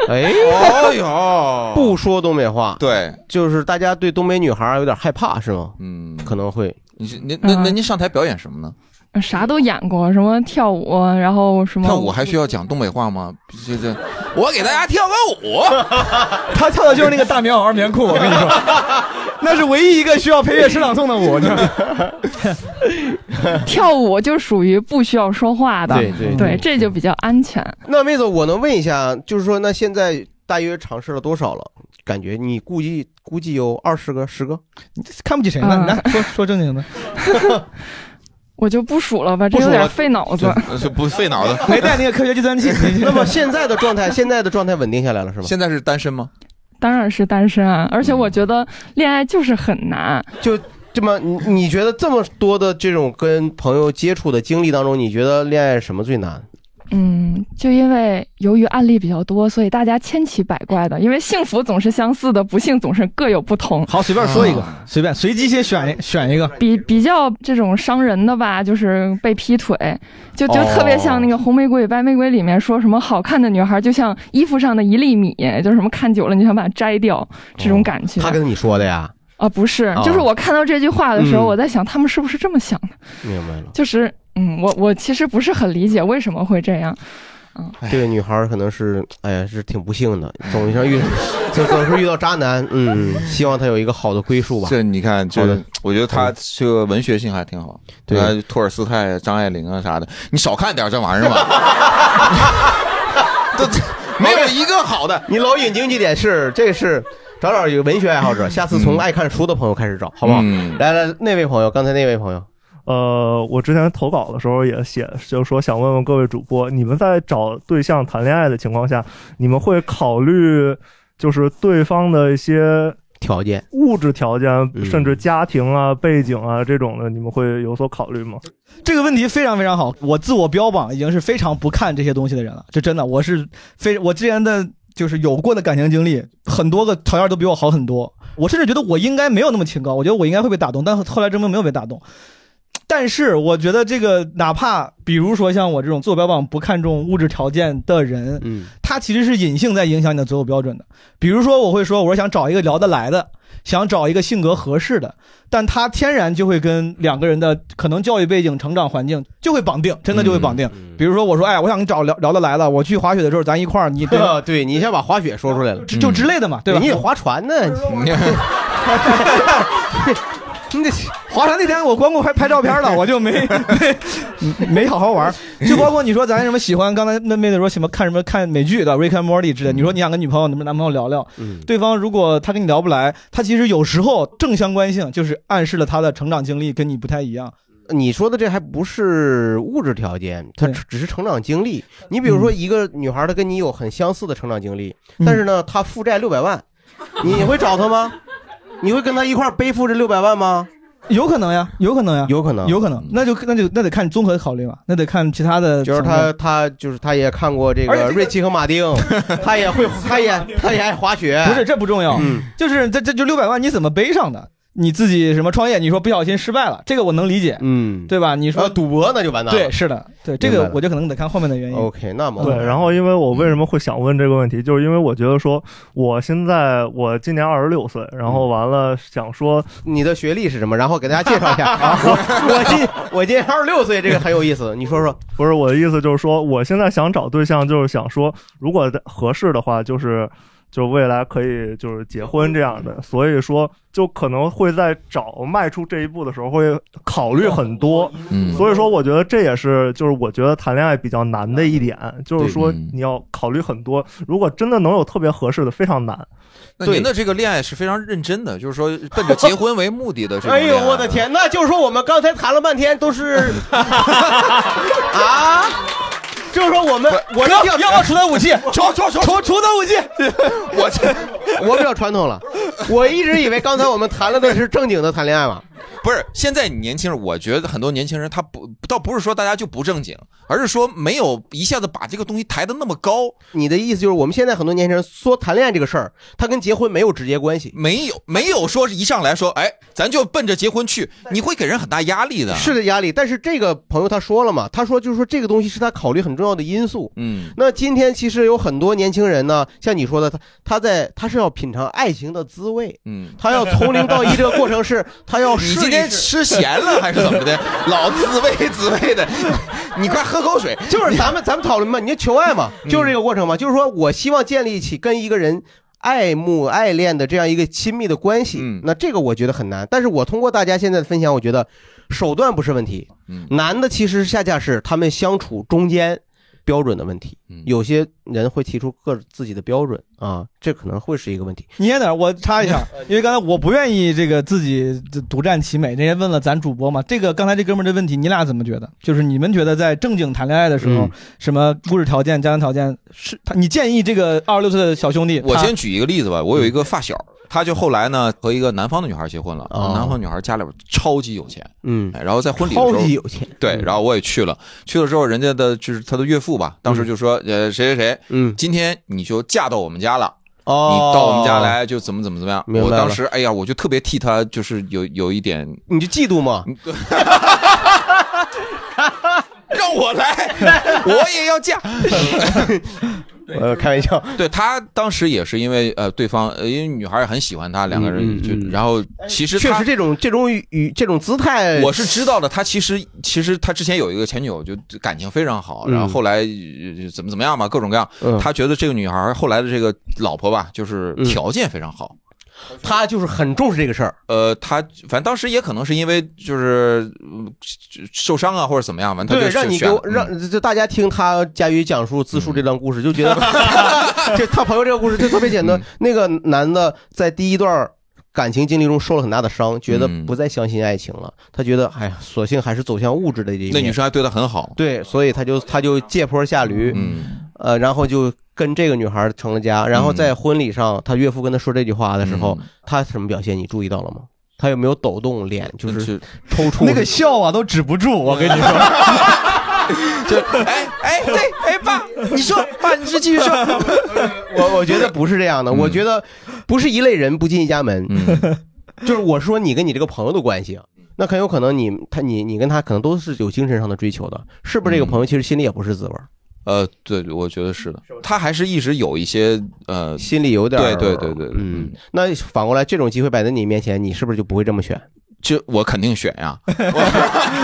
哎，哦哟，不说东北话，对，就是大家对东北女孩儿有点害怕，是吗？嗯，可能会你是您那那嗯您上台表演什么呢？啥都演过，什么跳舞，啊然后什么跳舞还需要讲东北话吗？这这，我给大家跳个舞。 [laughs] 他跳的就是那个大棉袄二棉裤，我跟你说， [laughs] 那是唯一一个需要配乐诗朗诵的舞。你知道吗跳舞就属于不需要说话的，对对，这就比较安全。那妹子，我能问一下，就是说，那现在大约尝试了多少了？感觉你估计估计有二十个、十个，你这看不起谁呢？嗯你来说说正 [laughs] 经的，我就不数了吧，这不数有点了费脑子。这呃不费脑子。没带那个科学计算器。 [laughs] 那么现在的状态，现在的状态稳定下来了是吗？现在是单身吗？当然是单身啊，而且我觉得恋爱就是很难。就这么，你你觉得这么多的这种跟朋友接触的经历当中，你觉得恋爱什么最难？嗯，就因为由于案例比较多，所以大家千奇百怪的。因为幸福总是相似的，不幸总是各有不同。好，随便说一个嗯啊，随便随机先选一选一个。比比较这种伤人的吧，就是被劈腿，就就特别像那哦个《红玫瑰与白玫瑰》里面说什么好看的女孩就像衣服上的一粒米，就是什么看久了你就想把它摘掉这种感觉。哦他跟你说的呀，啊，不是哦，就是我看到这句话的时候，嗯我在想他们是不是这么想的？明白了。就是，嗯，我我其实不是很理解为什么会这样。嗯哎这个女孩儿可能是，哎呀，是挺不幸的，总是遇， [laughs] 总总是遇到渣男。嗯，希望她有一个好的归宿吧。这你看，好这的我觉得他这个文学性还挺好。对啊，托尔斯泰、张爱玲啊啥的，你少看点这玩意 [laughs] 儿吧。这这没有一个好的。你老引经据典是，这是找找一个文学爱好者，下次从爱看书的朋友开始找，好不好？嗯来来，那位 [laughs] 朋友，哦刚才那位朋友，呃，我之前投稿的时候也写，就是说想问问各位主播，你们在找对象谈恋爱的情况下，你们会考虑就是对方的一些条件物质条件，嗯甚至家庭啊、背景啊这种的，你们会有所考虑吗？嗯这个问题非常非常好，我自我标榜已经是非常不看这些东西的人了，这真的，我是非我之前的就是有过的感情经历，很多个条件都比我好很多，我甚至觉得我应该没有那么清高，我觉得我应该会被打动，但后来证明没有被打动。但是我觉得这个，哪怕比如说像我这种坐标榜不看重物质条件的人，嗯，他其实是隐性在影响你的择偶标准的。比如说，我会说，我是想找一个聊得来的，想找一个性格合适的，但他天然就会跟两个人的可能教育背景、成长环境就会绑定，真的就会绑定。嗯比如说，我说，哎，我想找聊聊得来的，我去滑雪的时候咱一块儿，你 [laughs] 对吧对你先把滑雪说出来了，就之类的嘛，对吧？你也 [laughs] 划船呢， [laughs] 你得划船那天我光顾拍拍照片了，我就没没没好好玩。就包括你说咱什么喜欢，刚才那妹子说什么看什么看美剧对吧？Rick and Morty 之类的，你说你想跟女朋友、你们男朋友聊聊，嗯对方如果他跟你聊不来，他其实有时候正相关性就是暗示了他的成长经历跟你不太一样。你说的这还不是物质条件，它只只是成长经历。你比如嗯说，一个女孩她跟你有很相似的成长经历，但是呢，她负债六百万，你会找她吗？你会跟她一块儿背负这六百万吗？有可能呀，有可能呀，有可能，有可能，那就那就那得看综合考虑嘛，那得看其他的就层是面。她，她就是她也看过这而且这个个瑞奇和马 [laughs] 丁，她也会，她也她也爱滑雪。不是这不重要，嗯就是这这就六百万你怎么背上的？你自己什么创业？你说不小心失败了，这个我能理解，嗯，对吧？你说、赌博那就完蛋了对，是的，对这明白个了我就可能得看后面的原因。 OK，那对，然后因为我为什么会想问这个问题，就是因为我觉得说，我现在我今年二十六岁，然后完了想说你的学历是什么，然后给大家介绍一下。啊、我我今我今二十六岁，这个很有意思。你说说， [laughs] 不是我的意思，就是说我现在想找对象，就是想说，如果合适的话，就是就未来可以就是结婚这样的，所以说就可能会在找迈出这一步的时候会考虑很多，嗯所以说我觉得这也是就是我觉得谈恋爱比较难的一点，就是说对嗯你要考虑很多，如果真的能有特别合适的，非常难。那您的这个恋爱是非常认真的，就是说奔着结婚为目的的这种哎恋爱。啊呦我的天，那就是说我们刚才谈了半天都 [laughs] 是 [laughs] 啊，就是说我们我要要不要出他武器？出出出出出他武器！ [laughs] 我 [laughs] 这我比较传统了，我一直以为刚才我们谈了的是正经的谈恋爱嘛。不是，现在年轻人，我觉得很多年轻人他不倒不是说大家就不正经，而是说没有一下子把这个东西抬得那么高。你的意思就是我们现在很多年轻人说谈恋爱这个事儿，它跟结婚没有直接关系。没有没有说是一上来说，哎，咱就奔着结婚去，你会给人很大压力的。啊是的压力，但是这个朋友他说了嘛，他说就是说这个东西是他考虑很重要的因素。嗯，那今天其实有很多年轻人呢，像你说的，他他在他是要品尝爱情的滋味，嗯，他要从零到一这个过程是，他要试一你试今天吃咸了还是怎么的？老自慰自慰的，你快喝口水。就是咱们咱们讨论嘛，你就求爱嘛，就是这个过程嘛，就是说我希望建立起跟一个人。爱慕、爱恋的这样一个亲密的关系，那这个我觉得很难。但是我通过大家现在的分享，我觉得手段不是问题，难的其实恰恰是他们相处中间标准的问题。有些人会提出各自己的标准啊，这可能会是一个问题。你先等，我插 [laughs] 一下，因为刚才我不愿意这个自己独占其美，人家问了咱主播嘛，这个刚才这哥们儿这问题，你俩怎么觉得？就是你们觉得在正经谈恋爱的时嗯候，什么物质条件、家庭条件是他？你建议这个二十六岁的小兄弟，我他先举一个例子吧，我有一嗯个发小，他就后来呢和一个南方的女孩结婚了，哦南方女孩家里边超级有钱，嗯哎，然后在婚礼的时候超级有钱，嗯对，然后我也去了，去了之后人家的就是他的岳父吧，当时就说呃谁谁谁，嗯，今天你就嫁到我们家了。哦你到我们家来就怎么怎么怎么样？明白我了当时哎呀，我就特别替他，就是有有一点，你就嫉妒吗？ [laughs] 让我来，我也要嫁。呃，开玩笑。对他当时也是因为呃，对方呃，因为女孩也很喜欢他，两个人就然后其实嗯确他实这种这种语这种姿态，我是知道的，他其实其实他之前有一个前女友，就感情非常好，嗯然后后来呃怎么怎么样嘛，各种各样嗯。他觉得这个女孩后来的这个老婆吧，就是嗯条件非常好。他就是很重视这个事儿。呃，他反正当时也可能是因为就是嗯受伤啊或者怎么样，反正他对，就让你给选我了嗯让就大家听他佳宇讲述自述这段故事，就觉 [laughs] 得这他朋友这个故事就特别简嗯单。那个男的在第一段感情经历中受了很大的伤，觉得嗯不再相信爱情了，他觉得哎呀，索性还是走向物质的这一面。那女生还对他 [laughs] 很好，对，所以他就他就借坡下驴，嗯，呃，然后就跟这个女孩成了家。然后在婚礼上，他岳父跟他说这句话的时嗯候，他什么表现你注意到了吗？他有没有抖动脸，就是抽搐？ [laughs] 那个笑啊都止不住，我跟你说。就哎哎对哎爸，你说爸，你是继续说。 [laughs] 我我觉得不是这样的，我觉得不是一类人不进一家门，嗯， [laughs] 就是我说你跟你这个朋友的关系啊，那很有可能你他你你跟他可能都是有精神上的追求的，是不是？这嗯个朋友其实心里也不是滋味儿。 [laughs] 呃，对，我觉得是的，他还是一直有一些呃，心里有点儿对对对对，嗯，那反过来，这种机会摆在你面前，你是不是就不会这么选？就我肯定选 [laughs] 呀！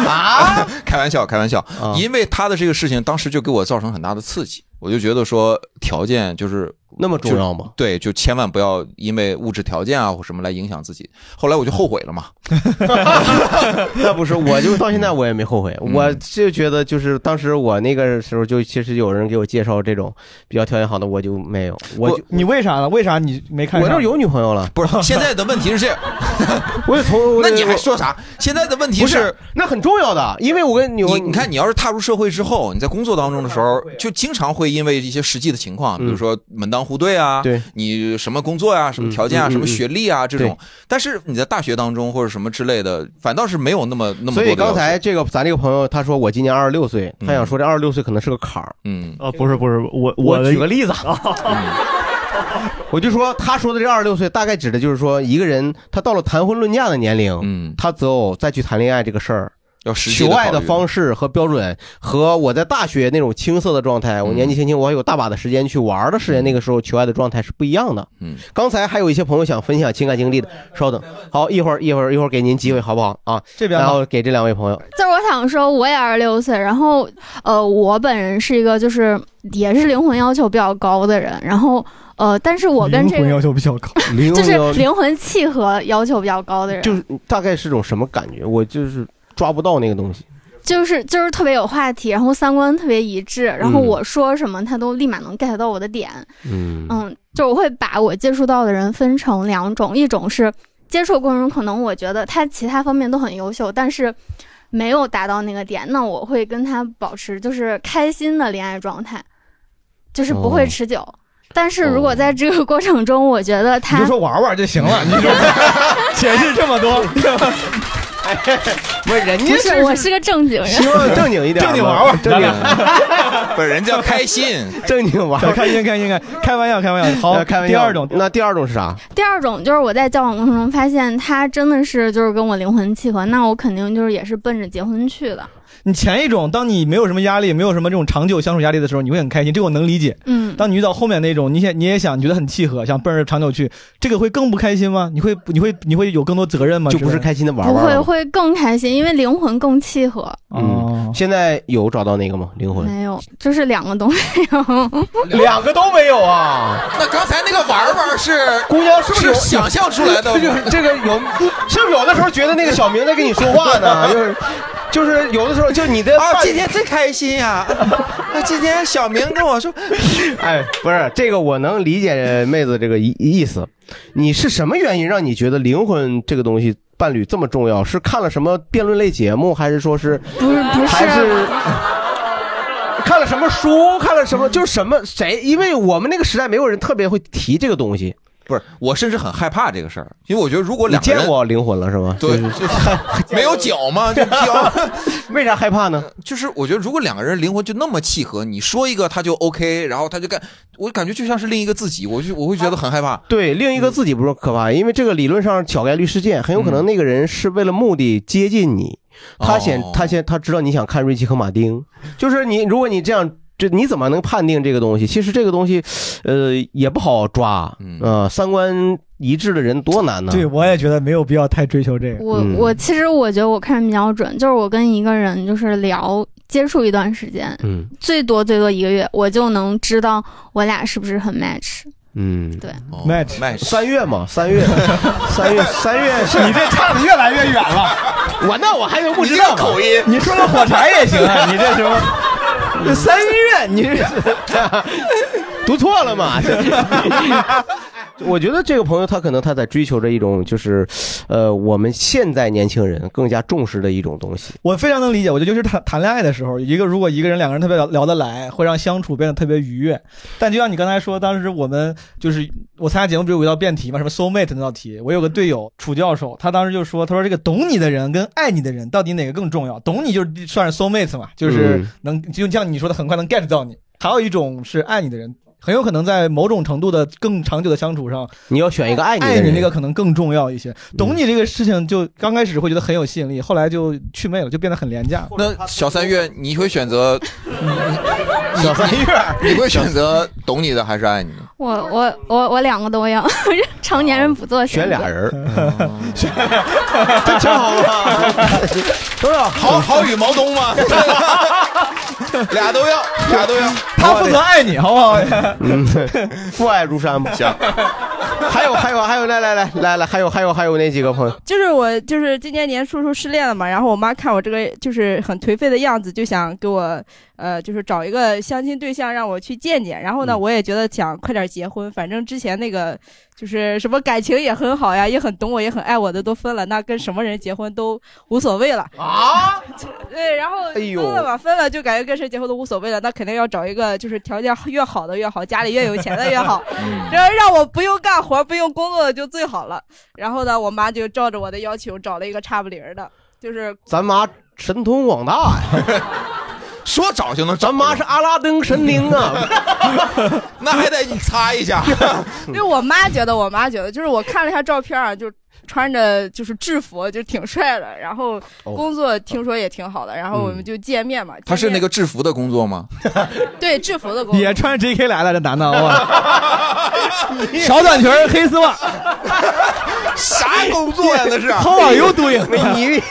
啊， [laughs] 开玩笑，开玩笑，啊因为他的这个事情当时就给我造成很大的刺激，我就觉得说条件就是那么重要吗？对，就千万不要因为物质条件啊或什么来影响自己。后来我就后悔了嘛， [laughs] 那不是，我就到现在我也没后悔，嗯我就觉得就是当时我那个时候就其实有人给我介绍这种比较条件好的，我就没有，我就你为啥呢？为啥你没看我上？那儿有女朋友了，不是现在的问题是这样， [laughs] 我也从 [laughs] 那你还说啥？现在的问题不是那很重要的，因为我跟你你你看，你要是踏入社会之后，你在工作当中的时候，就经常会因为一些实际的情况，比如说门当户对嗯啊，对你什么工作呀、什么条件嗯啊、嗯什么学历啊这种对。但是你在大学当中或者什么之类的，反倒是没有那么那么多所的以要求。刚才这个咱这个朋友他说我今年二十六岁，他想说这二十六岁可能是个坎儿。嗯，啊，不是不是，我我的举个例子，我就说他说的这二十六岁大概指的就是说一个人他到了谈婚论嫁的年龄，嗯，他择偶再去谈恋爱这个事儿。要实际求地爱考的虑方式和标准，和我在大学那种青涩的状态，嗯我年纪轻轻，我还有大把的时间去玩儿的时间，那个时候求爱的状态是不一样的。嗯，刚才还有一些朋友想分享情感经历的，稍等，好，一会儿一会儿一会儿给您机会好不好啊？这边然后给这两位朋友，就是我想说，我也二十六岁，然后呃，我本人是一个就是也是灵魂要求比较高的人，然后呃，但是我跟这个求比较高， [laughs] 就是灵魂契合要求比较高的人，就是大概是种什么感觉？我就是抓不到那个东西。就是就是特别有话题，然后三观特别一致，然后我说什么他都立马能 get 到我的点。嗯嗯，就是我会把我接触到的人分成两种，一种是接触过程中可能我觉得他其他方面都很优秀，但是没有达到那个点，那我会跟他保持就是开心的恋爱状态，就是不会哦持久。但是如果在这个过程中，我觉得你他就说玩玩就行 [laughs] 了，你就解释这么多，哎不是人不是我是个正经人，希望 [laughs] 正经一点嘛，正经玩玩正经，不是人家开心，正经玩对玩，开心开心开开玩笑开玩笑。好，开玩笑。第二种，那第二种是啥？第二种就是我在交往过程中发现他真的是就是跟我灵魂契合，那我肯定就是也是奔着结婚去的。你前一种，当你没有什么压力，没有什么这种长久相处压力的时候，你会很开心，这个我能理解。嗯当你遇到后面那种，你想你也想，你觉得很契合，想奔着长久去，这个会更不开心吗？你会你会你会有更多责任吗？就不是开心的不会会更开心，因为灵魂更契合。嗯，现在有找到那个吗？灵魂没有，就是两个都没 [laughs] 有。两个都没有啊。那刚才那个玩玩是姑娘是不有是想象出来的 [laughs] 就？是这个有，是不是有的时候觉得那个小明在跟你说话 [laughs] 呢？就是就是有的时候就你的啊伴今天真开 [laughs] 心呀！啊今天小明跟我说，哎，不是这个，我能理解妹子这个意意思。你是什么原因让你觉得灵魂这个东西伴侣这么重要？是看了什么辩论类节目，还是说是不是不是还是 [laughs] 看了什么书？看了什么？就是什么谁？因为我们那个时代没有人特别会提这个东西。不是，我甚至很害怕这个事儿，因为我觉得如果你两个见人过灵魂了是吗？对就是， [laughs] 没有脚吗？就脚，为啥害怕呢？就是我觉得如果两个人灵魂就那么契合，你说一个他就 OK，然后他就干，我感觉就像是另一个自己，我就我会觉得很害怕。 [laughs] 对，另一个自己不是可怕，因为这个理论上小概率事件，很有可能那个人是为了目的接近你，哦他显他先他知道你想看瑞奇和马丁，就是你如果你这样。这你怎么能判定这个东西？其实这个东西，呃，也不好抓，嗯呃，三观一致的人多难呢。嗯对，我也觉得没有必要太追求这个。我我其实我觉得我看人比较准，就是我跟一个人就是聊接触一段时间，嗯最多最多一个月，我就能知道我俩是不是很 match。嗯，对哦，match 三月嘛，三 [laughs] 月，三月，三月是，你这差的越来越远了。我那我还能不知吗道口音，你说个火柴也行啊，你这时候三月你 [laughs] 这。读错了 [laughs] 嘛？我觉得这个朋友他可能他在追求着一种就是，呃，我们现在年轻人更加重视的一种东西。我非常能理解，我觉得就是谈谈恋爱的时候，一个如果一个人两个人特别聊聊得来，会让相处变得特别愉悦。但就像你刚才说，当时我们就是我参加节目，不是有一道辩题嘛，什么 soul mate 那道题，我有个队友楚教授，他当时就说，他说这个懂你的人跟爱你的人到底哪个更重要？懂你就是算是 soul mate 嘛，就是嗯能就像你说的，很快能 get 到你。还有一种是爱你的人，很有可能在某种程度的更长久的相处上，你要选一个爱你的爱你人嗯那个可能更重要一些。懂你这个事情，就刚开始会觉得很有吸引力，后来就祛魅了，就变得很廉 [laughs] 价。那小三月，你会选择小三月？你会选择懂你的还是爱你的？我我我我两个都要， [laughs] 成年人不做选择。哦人，哦这挺好啊，多少 [laughs] 好好与毛 [laughs] 东吗？俩都要，俩都要。他负责爱你，好不好？嗯，父爱如山吧。行，还有还有还有，来来来来来，还有还有还有那几个朋友，就是我就是今年年初初失恋了嘛，然后我妈看我这个就是很颓废的样子，就想给我呃就是找一个相亲对象让我去见见。然后嗯呢，我也觉得想快点结婚，反正之前那个就是什么感情也很好呀，也很懂我，也很爱我的都分了，那跟什么人结婚都无所谓了啊。 [laughs] 对，然后哎呦分了吧，分了就感觉跟谁结婚都无所谓了，那肯定要找一个就是条件越好的越好，家里越有钱的越好。嗯 [laughs] 然后让我不用干活、不用工作的就最好了。然后呢，我妈就照着我的要求找了一个差不离儿的，就是咱妈神通广大呀， [laughs] 说找就能找，咱妈是阿拉丁神灵啊， [laughs] 那还得你擦 [laughs] 一下。就是我妈觉得，我妈觉得，就是我看了一下照片啊，就穿着就是制服，就挺帅的，然后哦工作听说也挺好的，然后嗯我们就见面嘛。 [laughs] [laughs] 他是那个制服的工作吗？对制服的工作，也穿 JK 来了，这男的，哇，小短裙儿，黑丝袜，啥工作呀？ [laughs] 那是 How are you doing？你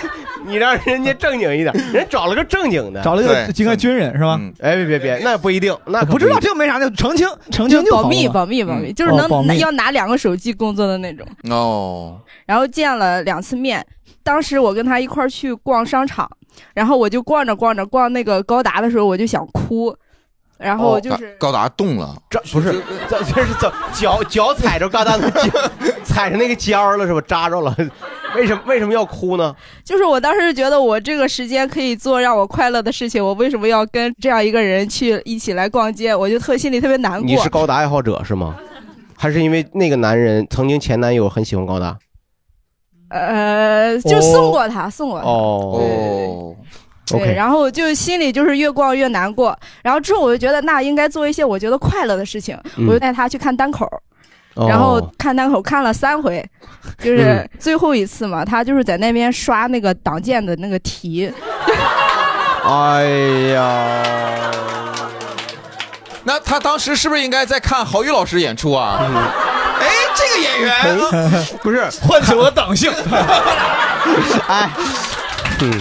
你让人家正经一点，人家找了个正经的，找了个应该军人是吧？哎，别别别，那不一定，那可不知道这个没啥，就澄清澄清就好保密了嘛保密保密，就是哦能、保密要拿两个手机工作的那种。哦，然后见了两次面。当时我跟他一块儿去逛商场，然后我就逛着逛着逛那个高达的时候，我就想哭，然哦哦后我就是、高达动了，这不是这这是怎脚脚踩着嘎达的脚， [laughs] 踩上那个尖儿了是吧？扎着了， [laughs] 为什么为什么要哭呢？就是我当时觉得我这个时间可以做让我快乐的事情，我为什么要跟这样一个人去一起来逛街？我就特心里特别难过。你是高达爱好者是 [laughs] 吗？还是因为那个男人曾经前男友很喜欢高达？呃，就送过他，送过他。哦对， ，OK，然后就心里就是越逛越难过，然后之后我就觉得那应该做一些我觉得快乐的事情，嗯我就带他去看单口，哦嗯然后看单口看了 [laughs] 三回，就是最后一次嘛，他就是在那边刷那个党建的那个题，哎呀，那他当时是不是应该在看郝宇老师演出啊？哎，这个演员 [laughs] 不是唤起我党性。 [laughs] [laughs] 哎，嗯。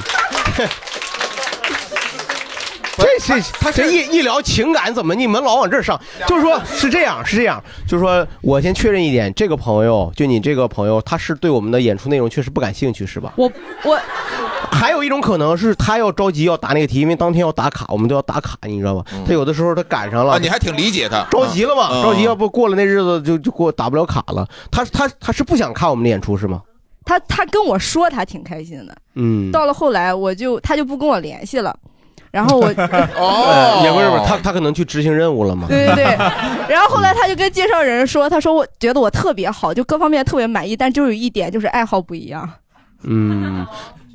这是他这一一聊情感，怎么你们老往这儿上？就是说，是这样，是这样，就是说我先确认一点，这个朋友，就你这个朋友，他是对我们的演出内容确实不感兴趣，是吧？我我还有一种可能是他要着急要答那个题，因为当天要打卡，我们都要打卡，你知道吧？他有的时候他赶上了，嗯啊，你还挺理解他，着急了嘛，嗯着急，要不过了那日子就就过打不了卡了。他他他是不想看我们的演出是吗？他他跟我说他挺开心的， [laughs] 嗯，到了后来我就他就不跟我联系了，[laughs] 然后我哦，也不是不是，他他可能去执行任务了嘛。 [laughs] 对对对，然后后来他就跟介绍人说，他说我觉得我特别好，就各方面特别满意，但就有一点就是爱好不一样。嗯，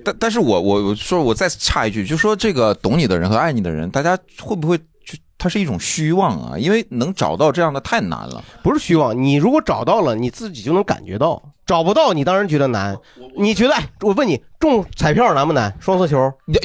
但但是我我我说我再插一句，就说这个懂你的人和爱你的人，大家会不会就他是一种虚妄啊？因为能找到这样的太难了。不是虚妄，哦你如果找到了，你自己就能感觉到；找不到，你当然觉得难。你觉得？哎，我问你，中彩票难不难？双色球，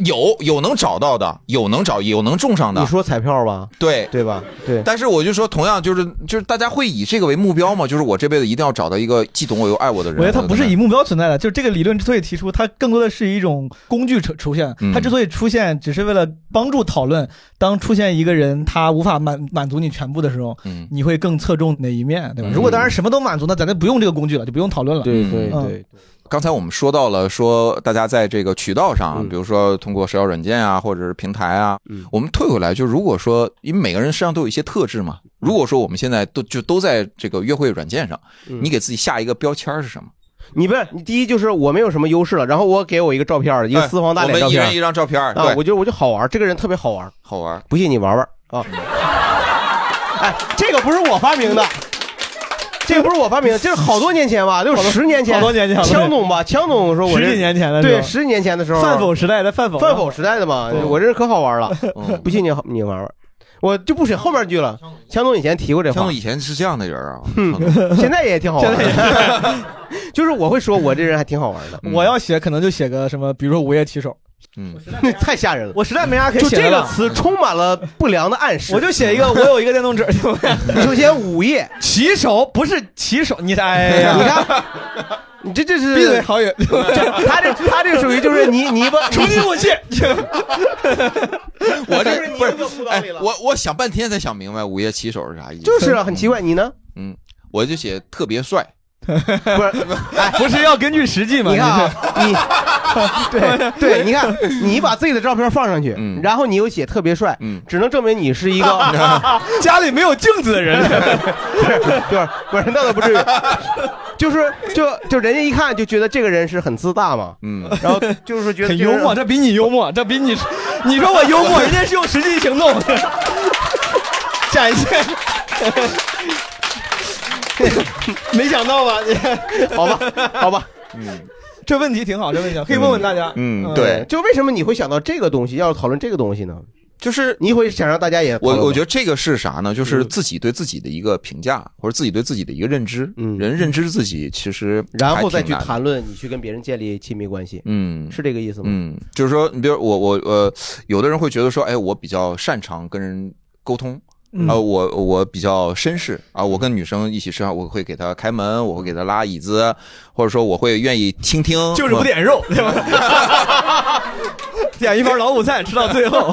有有能找到的，有能找有能中上的。你说彩票吧，对对吧？对。但是我就说，同样就是就是大家会以这个为目标嘛，就是我这辈子一定要找到一个既懂我又爱我的人。我觉得它不是以目标存在的，就是这个理论之所以提出，它更多的是一种工具出出现。它之所以出现，只是为了帮助讨论。当出现一个人他无法满满足你全部的时候，你会更侧重哪一面，对吧？如果当然什么都满足，那咱就不用这个工具了，就不用讨论了。对对嗯对，刚才我们说到了，说大家在这个渠道上，比如说通过社交软件啊，或者是平台啊，我们退回来，就如果说，因为每个人身上都有一些特质嘛，如果说我们现在都就都在这个约会软件上，你给自己下一个标签是什么？你不是你第一就是我没有什么优势了，然后我给我一个照片儿，一哎个私房大哎我脸照们一片儿，人一张照片，啊对，，我觉得我就好玩儿，这个人特别好玩儿，好玩。不信你玩玩啊！哎，这个不是我发明的，这个不是我发明的，这是好多年前吧，就好是多十年前，好多年前好多年强总吧，强总说我这十几年前的时候对，十几年前的时候，范否时代的范否，嗯范否时代的嘛，对 [laughs] 我这可好玩了，不信你你玩玩。我就不选后边句了。强总以前提过这话，强总以前是这样的人啊，嗯现在也挺好玩的， [laughs] 就是我会说，我这人还挺好玩的。我要写可能就写个什么，比如说《午夜骑手》。嗯， [laughs] 太吓人了，我实在没啥可就写的这个了词充满了不良的暗示。我就写一个，[laughs] 我有一个电动车。 [laughs] 首先，午夜骑手不是骑手，你哎 [laughs] 呀，你看，你这这是闭 [laughs] 嘴，[laughs] 好友。他这他这属于就是 [laughs] 泥泥巴，重 [laughs] 新武器。 [laughs] 我这不是，哎，我我想半天才想明白午夜骑手是啥意思，就是啊，很奇怪。你呢？嗯，我就写特别帅， [laughs] 不是， [laughs] 哎不是要根据实际吗？你看啊，你对对，你看，你把自己的照片放上去，嗯然后你又写特别帅，只能证明你是一 [laughs] 个 [laughs] 家里没有镜子的人，不是 [laughs] 不是不是，那倒不至于，就是就就人家一看就觉得这个人是很自大嘛，嗯，然后就是觉得很这个幽人默，这比你幽默，这比你，你说我幽默，人家是用实际行动 [laughs] [laughs] 展现。没想到吧？你 [laughs] 好吧，好吧，嗯，这问题挺好，这问题可以问问大家。嗯对就为什么你会想到这个东西，要讨论这个东西呢？就是你会想让大家也讨论吗，我我觉得这个是啥呢？就是嗯自己对自己的一个评价，或者自己对自己的一个认知。嗯，人认知自己其实然后还再挺去难的谈论你去跟别人建立亲密关系，嗯，是这个意思吗？嗯，就是说，你比如我我呃，有的人会觉得说，哎，我比较擅长跟人沟通。嗯啊、我我比较绅士啊，我跟女生一起吃饭，我会给她开门，我会给她拉椅子，或者说我会愿意倾听，就是不我点肉，对吧？点一盘老虎菜吃到最后，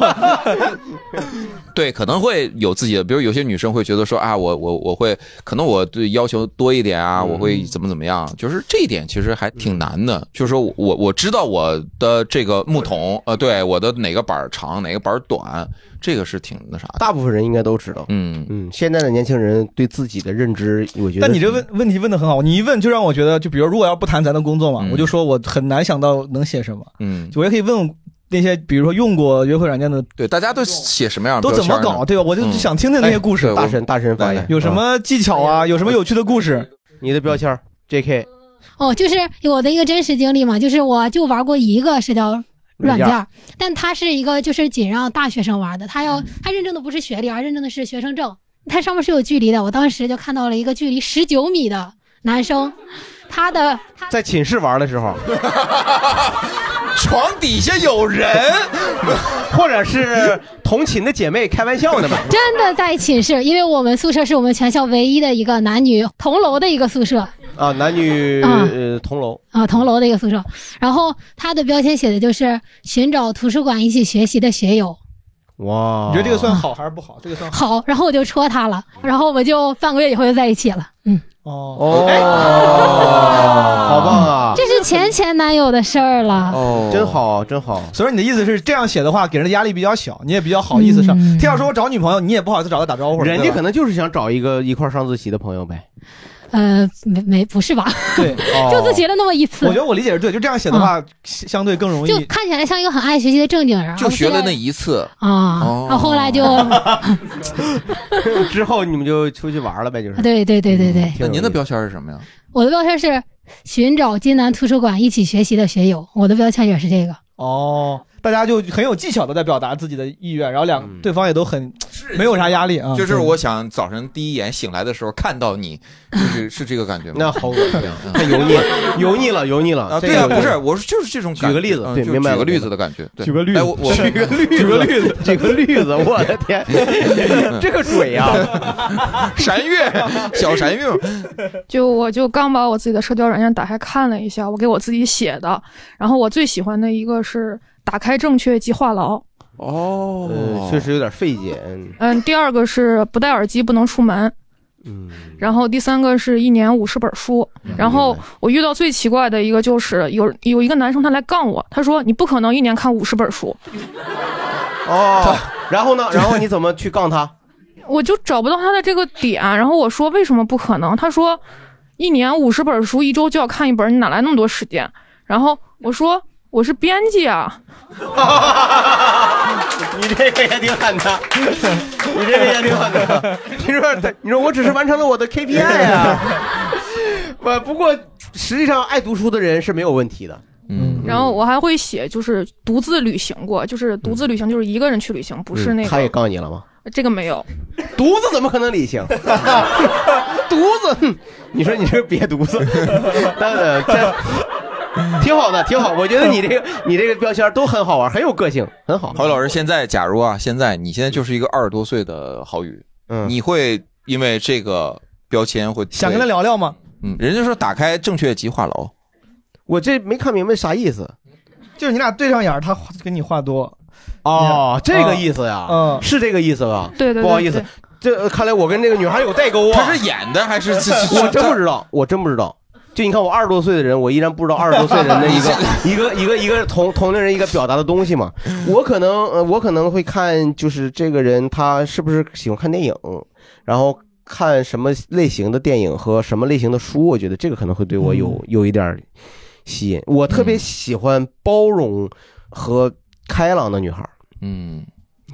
对，可能会有自己的，比如有些女生会觉得说啊，我我我会，可能我对要求多一点啊，我嗯会怎么怎么样，就是这一点其实还挺难的。就是说我我我知道我的这个木桶，呃，对，我的哪个板儿长，哪个板儿短，这个是挺那啥的。大部分人应该都知道。嗯嗯，现在的年轻人对自己的认知，我觉得。 [laughs] 但你这问问题问的很好，你一问就让我觉得，就比如如果要不谈咱的工作嘛，我就说我很难想到能写什么。嗯，我也可以问那些比如说用过约会软件的，对，大家都写什么啊样的都标怎么签呢搞，对吧？我就嗯想听听那些故事。对我哎大神大神发言，嗯有什么技巧啊？有什么有趣的故事？你的标签 J.K. [laughs] 哦，就是我的一个真实经历嘛，就是我就玩过一个社交软件儿，但它是一个就是仅让大学生玩的，它嗯要它认证的不是学历，而认证的是学生证，它上面是有距离的。我当时就看到了一个距离十九米的男生，他的在寝室玩的时 [laughs] 候，床底下有人，或者是同寝的姐妹开玩笑呢 [laughs] 吧？真的在寝室，因为我们宿舍是我们全校唯一的一个男女同楼的一个宿舍，啊，男女啊呃同楼，啊，同楼的一个宿舍。然后他的标签写的就是寻找图书馆一起学习的学友。啊哇！你觉得这个算好还是不好？这嗯个算好。好，然后我就戳他了，然后我们就半个月以后就在一起了。嗯，哦，哎好棒啊！这是前前男友的事儿了。哦，真好，真好。所以你的意思是这样写的话，给人的压力比较小，你也比较好意思上。他要说我找女朋友，你也不好意思找他打招呼。嗯人对家吧可能就是想找一个一块儿上自习的朋友呗。呃，没没不是吧？对就自学了那么一次哦嗯我觉得我理解是对，就这样写的话，相相对更容易就。看起来像一个很爱学习的正经人，就学了那一次。啊，哦然后后来 [laughs] 就，之后你们就出去玩了呗，就是。对对对对对，那您的标签是什么呀？我的标签是寻找金南图书馆一起学习的学友，我的标签也是这个。哦，大家就很有技巧的在表达自己的意愿，然后两嗯对方也都很没有啥压力啊。就是对我想早晨第一眼醒来的时候看到你，就是是这个感觉吗？那好恶心啊嗯太油腻了 [laughs] 油腻了油腻了啊！这个对啊，油腻不是，了我说就是这种举感觉。个例子嗯对就明白举个了例子的感觉。对举个例子哎我我 [laughs] 举 [laughs] 个例子举个例子举个例子我的天这个水 [laughs] 啊！闪月，嗯小闪月，就我就刚把我自己的社交软件打开看了一下，我给我自己写的，然后我最喜欢的一个是打开正确即话痨，哦呃，确实有点费解。嗯嗯，第二个是不戴耳机不能出门，嗯，然后第三个是一年五十本书，然后我遇到最奇怪的一个就是有有一个男生他来杠我，他说你不可能一年看五十本书，哦， [laughs] 然后呢？然后你怎么去杠 [laughs] 他？我就找不到他的这个点，然后我说为什么不可能？他说一年五十本书，一周就要看一本，你哪来那么多时间？然后我说我是编辑啊，你这个也挺狠的， [laughs] 你这个也挺狠 [laughs] 的。你说，你说我只是完成了我的 KPI 啊。 [laughs] 我不过，实际上爱读书的人是没有问题的。然后我还嗯会写就是独自旅行过，就是独自旅行就是一个人去旅行，不是那个。他也杠你了吗？这个没有，犊子怎么可能理性？犊子，你说你这个瘪犊子，但是这挺好的，挺好。我觉得你这个你这个标签都很好玩，很有个性，很好。郝宇老师，现在假如啊，现在你现在就是一个二十多岁的郝宇，嗯，你会因为这个标签会想跟他？聊聊吗？嗯，人家说打开正确极话痨，我这没看明白啥意思。就是你俩对上眼儿，他跟你话多。哦，这个意思呀，嗯是这个意思吧？对对对不好意思对，这呃看来我跟这个女孩有代沟啊。他是演的 [laughs] 还 [laughs] 是我真不知道，我真不知道。就你看，我二十多岁的人，我依然不知道二十多岁人的 [laughs] 一个一个一个一个同同龄人一个表达的东西嘛。嗯我可能呃，我可能会看，就是这个人他是不是喜欢看电影，然后看什么类型的电影和什么类型的书，我觉得这个可能会对嗯我有有一点儿吸引。我特别喜欢包容和开朗的女孩儿，嗯，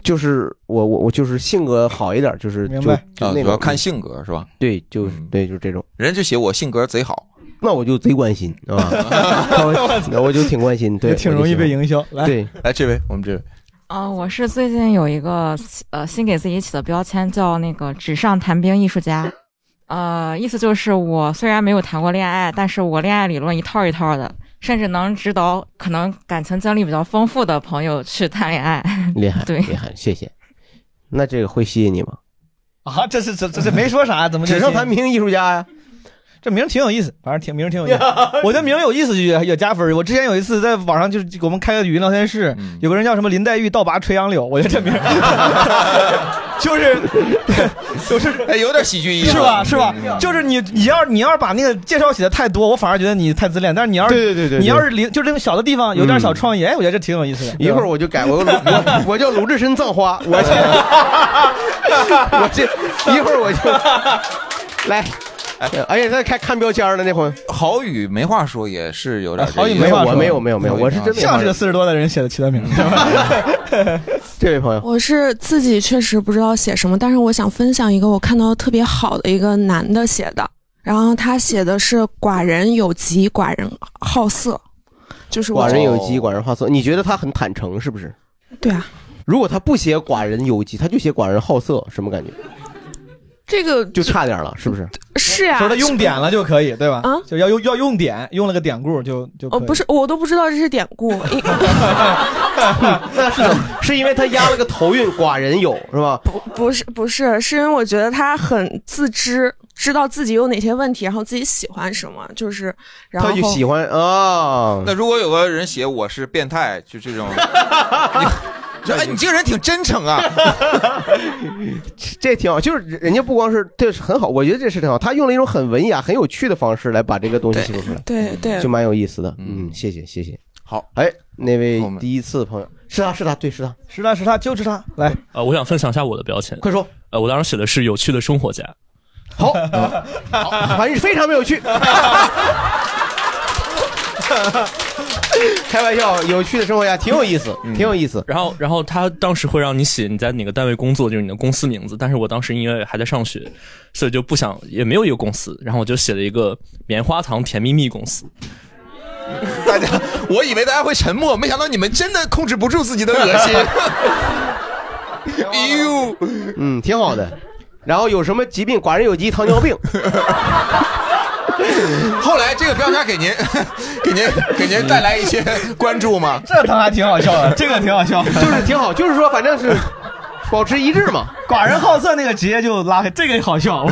就是我我我就是性格好一点儿，就是就明就白那啊主要种看性格是吧？对，就对，就是这种。人家就写我性格贼好，那我就贼关心 [laughs] 啊，我我就挺关心，对，挺我就容易喜欢被营销来对，来这位，我们这位，啊、我是最近有一个呃新给自己起的标签，叫那个纸上谈兵艺术家。呃，意思就是我虽然没有谈过恋爱，但是我恋爱理论一套一套的，甚至能指导可能感情经历比较丰富的朋友去谈恋爱。厉害，嗯 [laughs] 对厉害，谢谢。那这个会吸引你吗？啊，这是这这这没说啥，怎么纸上谈兵艺术家呀？这名儿挺有意思，反正挺名儿挺有 [laughs] 意思。我觉得名儿有意思就也也加分儿。我之前有一次在网上就是我们开个语音聊天室，嗯有个人叫什么林黛玉倒拔垂杨柳，我觉得这名 [laughs] 儿就是就是哎，有点喜剧意思是啊吧？是吧嗯？就是你你要你要是把那个介绍写的太多，我反而觉得你太自恋。但是你要是对对对对对嗯你要是零就这种小的地方有点小创意，哎，我觉得这挺有意思的。一会儿我就改， [laughs] 我我我叫鲁智深葬花，我这我这一会儿我 [laughs] 就来。哎呀，他看看标签了那会儿。郝宇没话说，也是有点这意思。好久话没说我了啊没有没有没有，我是真没像话是说个四十多的人写的起的名字。 [laughs] [laughs] 这位朋友，我是自己确实不知道写什么，但是我想分享一个我看到特别好的一个男的写的，然后他写的是“寡人有疾，寡人好色”，就是我寡人有疾，寡人好色。你觉得他很坦诚是不是？对啊，如果他不写寡人有疾，他就写寡人好色，什么感觉？这个就差点了，是不是？是呀、说他用点了就可以，对吧？啊就要用要用点，用了个典故就就可哦，以不是，我都不知道这是典故，因那是是因为他压了个头韵，寡人 [laughs] 有是吧？不是不是，是因为我觉得他很自知，知道自己有哪些问题，然后自己喜欢什么，就是然后他就喜欢啊。那如果有个人写我是变态，就这种， [laughs] 你说哎，你这个人挺真诚啊。这挺好，就是人家不光是这是很好，我觉得这是挺好。他用了一种很文雅、很有趣的方式来把这个东西记录出来，对对就蛮有意思的。嗯，谢谢谢谢。好，哎，那位第一次朋友是他是他对是他 [laughs] 是他是他就是他来呃，我想分享一下我的标签，快说。呃，我当时写的是有趣的生活家。好，好，反正非常没有 [laughs] 趣。开玩笑，有趣的生活 [laughs] 呀，挺有意思，挺有意思。嗯然后，然后他当时会让你写你在哪个单位工作，就是你的公司名字。但是我当时因为还在上学，所以就不想，也没有一个公司，然后我就写了一个棉花糖甜蜜蜜公司。我以为大家会沉默，没想到你们真的控制不住自己的恶 [laughs] 心。哎呦，嗯，挺好的。然后有什么疾病？寡人有疾，糖尿病。 [laughs] 后来这个标签给您、 [laughs] 给您、给您带来一些关注 [laughs] 吗？ [laughs] 这他还挺好笑的，这个挺好笑，就是挺好，就是说反正是保持一致嘛。 [laughs] 寡人好色那个直接就拉黑，这个好笑，我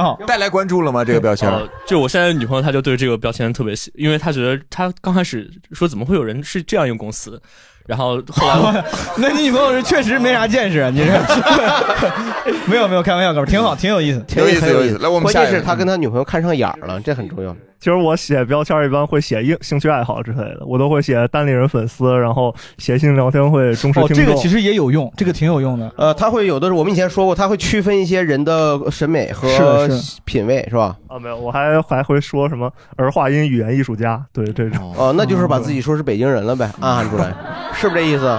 [laughs] 好。带来关注了吗？这个标签？呃，就我现在的女朋友，她就对这个标签特别喜，因为她觉得她刚开始说怎么会有人是这样一个公司，然后后来我 [laughs] 那你女朋友是确实没啥见识，啊你 [laughs] 这没有没有开玩笑，哥们儿挺好， [laughs] 挺有意思，关键是他跟他女朋友看上眼儿了，这很重要。其实我写标签一般会写兴兴趣爱好之类的，我都会写单立人粉丝，然后谐星聊天会忠实哦，听这众。个其实也有用，这个挺有用的。呃，他会有的是我们以前说过，他会区分一些人的审美和是的是品味，是吧？啊，没有，我还还会说什么儿化音语言艺术家，对这种。 [laughs] 哦，那就是把嗯自己说是北京人了呗，暗含出来，是不是这意思？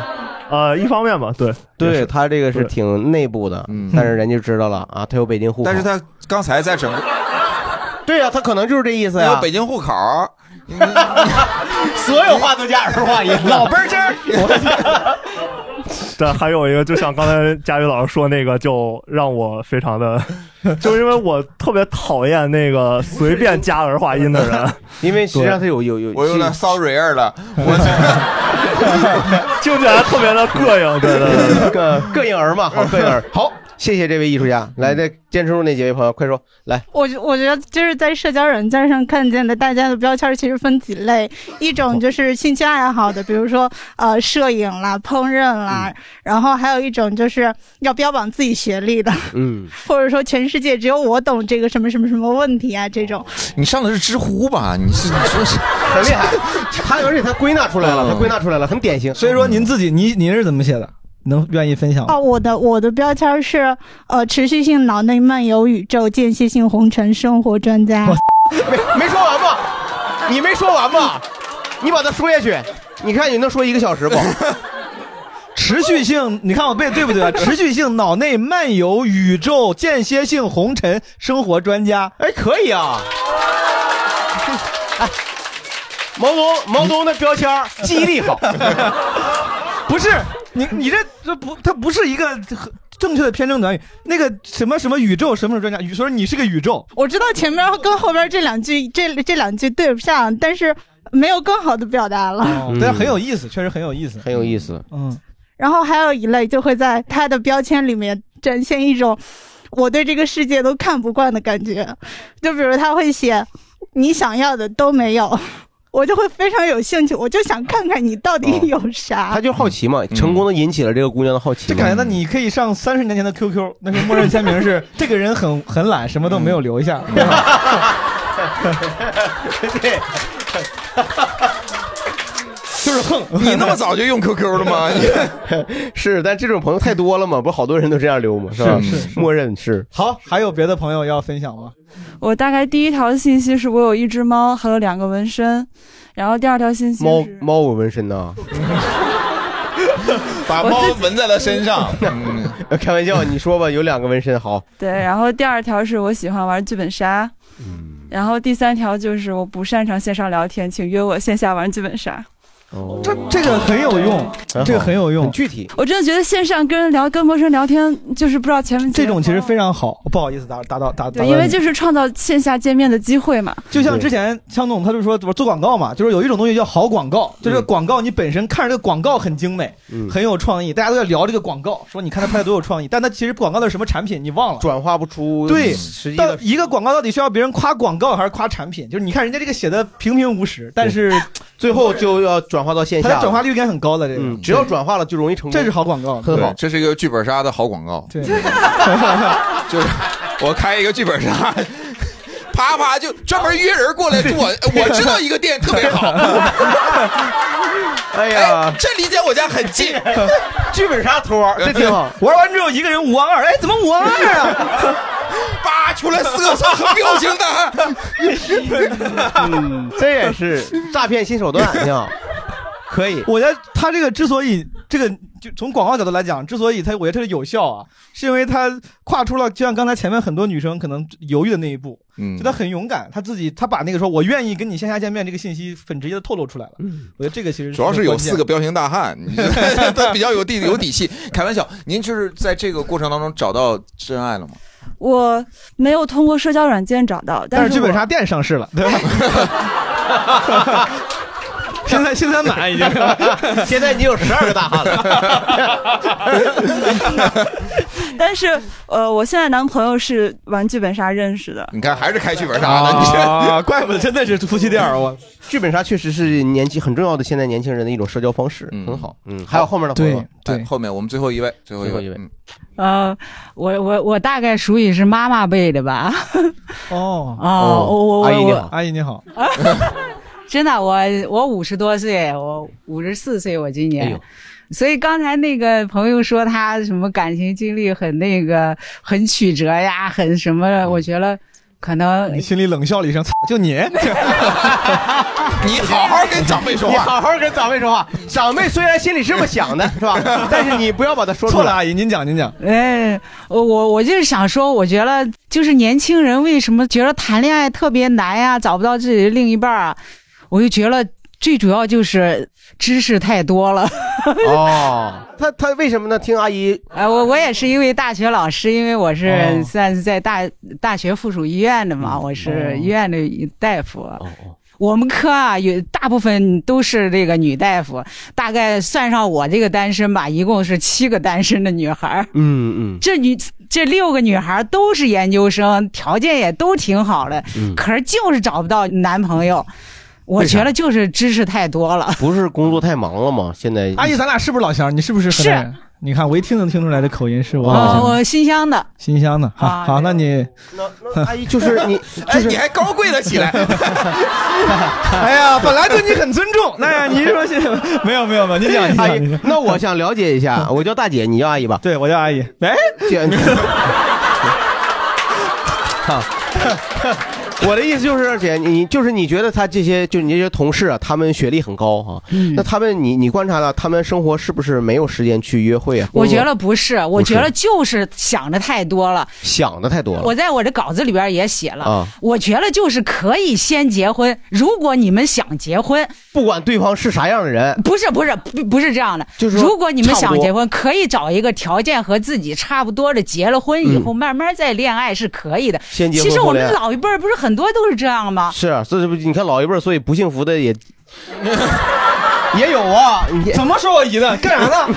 呃，一方面吧，对，也对是他这个是对挺内部的，但是人家知道了啊，他有北京户口。嗯但是他刚才在整个 [laughs] 对呀、他可能就是这意思呀。有北京户口， [laughs] 所有话都加儿化音， [laughs] 老辈儿真儿。对，还有一个，就像刚才佳宇老师说那个，就让我非常的， [laughs] 就是因为我特别讨厌那个随便加儿化音的人， [laughs] 因为实际上他有有有，我用了 sorry 二了，听起来特别的膈应，对 [laughs] 对对，膈膈应儿嘛，好膈应儿，好，谢谢这位艺术家，嗯来，再坚持住那几位朋友，快说，来，我觉我觉得就是在社交软件上看见的大家的标签儿其实分几类，一种就是兴趣爱好的，比如说呃摄影啦、烹饪啦，嗯然后还有一种就是要标榜自己学历的，嗯， [laughs] 或者说全世界只有我懂这个什么什么什么问题啊这种。你上的是知乎吧？你是你 [laughs] 说是嗯很厉害，他而且他归纳出来了，他归纳出来了，很典型。所以说您自己，您您是怎么写的？能愿意分享吗？哦，我的我的标签儿是呃持续性脑内漫游宇宙间歇性红尘生活专家。没说完吧？你没说完吧？你把它说下啊去， [laughs] 你看你能说一个小时不？ [laughs] 持续性，你看我背对不 [laughs] 对啊？持续性脑内漫游宇宙间歇性红尘生活专家，哎，可以啊。 [laughs] 哎毛东，毛东的标签儿记忆力好， [laughs] 不是你你这这不，它不是一个很正确的偏正短语。那个什么什么宇宙什么什么专家，宇说你是个宇宙，我知道前面跟后边这两句这这两句对不上，但是没有更好的表达了。嗯哦但是很有意思，确实很有意思，很有意思。嗯，然后还有一类就会在它的标签里面展现一种我对这个世界都看不惯的感觉，就比如他会写你想要的都没有，我就会非常有兴趣，我就想看看你到哦底有啥。他就好奇嘛，成功的引起了这个姑娘的好奇嘛。嗯嗯感觉那你可以上三十年前的 QQ，那个默认签 [laughs] 名是这个人很很懒，什么都没有留下。对，就是横。你那么早就用 QQ 了吗？ [laughs] 是，但这种朋友太多了嘛，不是好多人都这样留吗？是吧？是默认是。好，还有别的朋友要分享吗？我大概第一条信息是我有一只猫，还有两个纹身，然后第二条信息猫是猫纹身呢？把啊猫纹在了身 [laughs] 上。嗯呃开玩笑，你说吧，有两个纹身，好，对，然后第二条是我喜欢玩剧本杀，嗯然后第三条就是我不擅长线上聊天，请约我线下玩剧本杀。这这个很有用，这个很有用，具体。我真的觉得线上跟人聊，跟陌生人聊天，就是不知道前面这种其实非常好，不好意思打打到打打对，断因为你就是创造线下见面的机会嘛。就像之前江总他就说做广告嘛，就是有一种东西叫好广告，就是广告你本身看着这个广告很精美，嗯很有创意，大家都在聊这个广告，说你看他拍的多有创意，但他其实广告的是什么产品你忘了，转化不出对实际，到的一个广告到底需要别人夸广告还是夸产品？就是你看人家这个写的平平无实，但 [laughs] 是最后就要转化到线它下的了，转化率应该很高的这个嗯，，只要转化了就容易成功。这是好广告，很好对。这是一个剧本杀的好广告。对， [laughs] 就是我开一个剧本杀， [laughs] 啪啪就专门约人过 [laughs] 来做。我知道一个店特别好，哎呀，这离家我家很近， [laughs] 剧本杀托儿这挺好。 [laughs] 玩完之后一个人五万二，哎，怎么五万二啊？ [laughs] 扒出来色差和表啊情的。 [laughs] 嗯，这也是诈骗新手段，挺好。可以，我觉得他这个之所以这个就从广告角度来讲，之所以他我觉得这个有效啊，是因为他跨出了就像刚才前面很多女生可能犹豫的那一步，嗯就他很勇敢，他自己他把那个说我愿意跟你线下见面这个信息很直接的透露出来了。嗯我觉得这个其实主要是有四个标，彪形大汉， [laughs] 你知道他比较有底有底气。开玩笑，您就是在这个过程当中找到真爱了吗？我没有通过社交软件找到，但但是剧我本杀店上市了，对吧？ [laughs] 现在现在买已经，现在你有十二个大汉 [laughs] [laughs] 但是呃，我现在男朋友是玩剧本杀认识的。你看还是开剧本杀呢，你这 [laughs] 啊，怪不得真的是 [laughs] 夫妻店儿，我 [laughs] 剧本杀确实是年纪很重要的现在年轻人的一种社交方式，很好。嗯， [laughs] 还有后面的朋友，对，哎后面我们最后一位，最后一位，嗯呃，我我我大概属于是妈妈辈的吧。 [laughs] 哦哦，我我我我，啊阿姨你好，真的，我我五十多岁，我五十四岁，我今哎年。所以刚才那个朋友说他什么感情经历很那个很曲折呀，很什么，我觉得可能嗯你心里冷笑了一声，操就你，你好好跟长辈说 [laughs] 话你好好跟长辈说话。长辈虽然心里是这么想的，是吧？但是你不要把它说出来。错了，阿姨您讲您讲， [laughs] 哎，我我就是想说，我觉得就是年轻人为什么觉得谈恋爱特别难呀、找不到自己的另一半啊？我就觉得最主要就是知识太多了。 [laughs] 哦，他他为什么呢？听阿姨，哎，我我也是因为大学老师，因为我哦是算是在大、大学附属医院的嘛，我哦是医院的大夫。我们科啊，有大部分都是这个女大夫，大概算上我这个单身吧，一共是七个单身的女孩儿。嗯嗯，这女这六个女孩都是研究生，条件也都挺好的，嗯可是就是找不到男朋友。我为啥觉得就是知识太多了。不是工作太忙了吗？现在阿姨，咱俩是不是老乡？你是不是河南人？你看我一听能听出来的口音是我老哦，乡，我啊新乡的，新乡的。好，好，那你阿姨就是 [laughs] [laughs] 你，哎，你还高贵了起来。哎呀，本来对你很尊 [laughs] 重，那呀，你说是 [laughs] 没有没有没有，你讲你阿讲你姨讲，，那我想了解一 [laughs] 下，我叫大姐，你叫阿姨吧？对，我叫阿姨。哎，姐， [laughs] 好， [laughs] 我的意思就是，姐，你就是你觉得他这些，就你这些同事啊，他们学历很高哈、嗯那他们你你观察到他们生活是不是没有时间去约会啊？我觉工作得不是，我不是觉得就是想的太多了。想的太多了。我在我的稿子里边也写了，啊我觉得就是可以先结婚。如果你们想结婚，不管对方是啥样的人，不是不是不不是这样的，就是说如果你们差不想多结婚，可以找一个条件和自己差不多的，结了婚以后、慢慢再恋爱是可以的。嗯先结婚其实后我恋们爱老一辈儿不是很多都是这样吗？是啊，这是不你看老一辈儿，所以不幸福的 [laughs] 也也有啊。怎么说我姨的？干啥呢？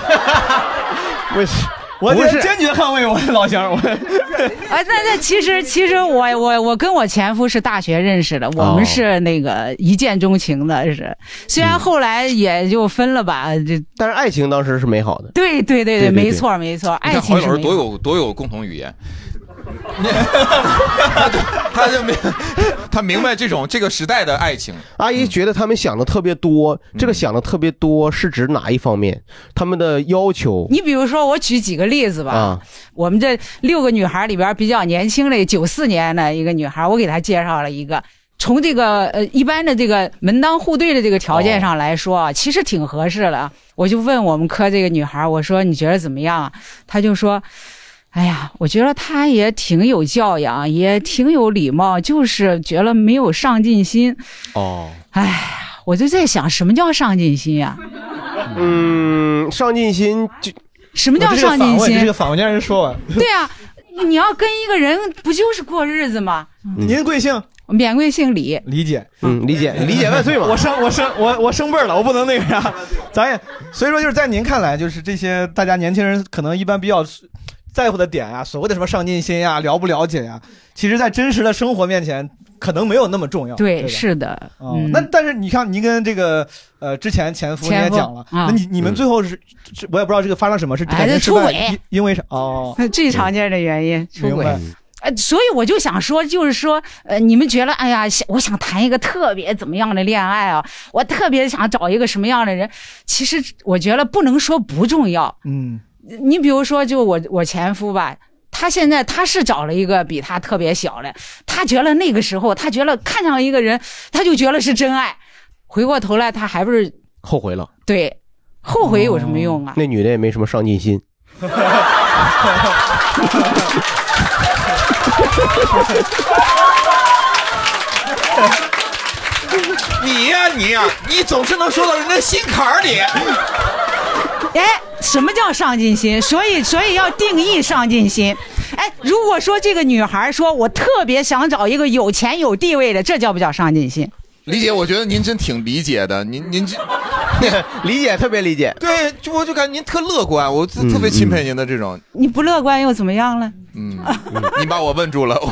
[laughs] 不是， [laughs] 我不得是坚决捍卫我的老乡。我 [laughs] 啊，那那其实其实我我我跟我前夫是大学认识的，我们是那个一见钟情的，是虽然后来也就分了吧，这但 [laughs] 是爱情当时是美好的。对对对对对没错没错，你爱看郝情宇是老师美多有多有共同语言， [laughs] 他就明他明白这种这个时代的爱情。 [laughs] 阿姨觉得他们想的特别多，嗯这个想的特别多是指哪一方面？他们的要求你比如说，我举几个例子吧。哦啊我们这六个女孩里边比较年轻的，九四年的一个女孩，我给她介绍了一个。从这个呃一般的这个门当户对的这个条件上来说啊，其实挺合适了啊。我就问我们科这个女孩，我说你觉得怎么样啊？她就说，哎呀，我觉得她也挺有教养，也挺有礼貌，就是觉得没有上进心。哦，哎呀，我就在想，什么叫上进心呀、嗯，上进心就什么叫上进心？反问，让人说完。对啊，你要跟一个人不就是过日子吗？您嗯贵姓？免贵姓李。理解，嗯，理解， [laughs] 理解万岁嘛。我生我生我我生辈儿了，我不能 [laughs] 那个啥，咱也所以说就是在您看来，就是这些大家年轻人可能一般比较在乎的点啊，所谓的什么上进心呀、了不了解呀、其实在真实的生活面前，可能没有那么重要。对，吧是的。哦嗯那但是你看，您跟这个呃之前前夫你也前夫讲了，啊那你你嗯们最后是，是我也不知道这个发生什么，是哎感情这失出败轨因因为啥？ [laughs] 哦，最常见的原因出嗯明轨白。呃，所以我就想说，就是说，呃，你们觉得，哎呀，想我想谈一个特别怎么样的恋爱啊，我特别想找一个什么样的人，其实我觉得不能说不重要。嗯，你比如说，就我我前夫吧，他现在他是找了一个比他特别小的，他觉得那个时候他觉得看上一个人，他就觉得是真爱，回过头来他还不是后悔了，对后悔有什么哦用啊？那女的也没什么上进心。你呀、你呀、你总是能说到人家心坎儿里。 [laughs] 啊哎，什么叫上进心？所以，所以要定义上进心。哎，如果说这个女孩说我特别想找一个有钱有地位的，这叫不叫上进心？李姐，我觉得您真挺理解的，您您这 [laughs] 理解特别理解。对，就我就感觉您特乐观，我特特别钦佩您的这种。你不乐观又怎么样呢？嗯，你把我问住了， [laughs] 我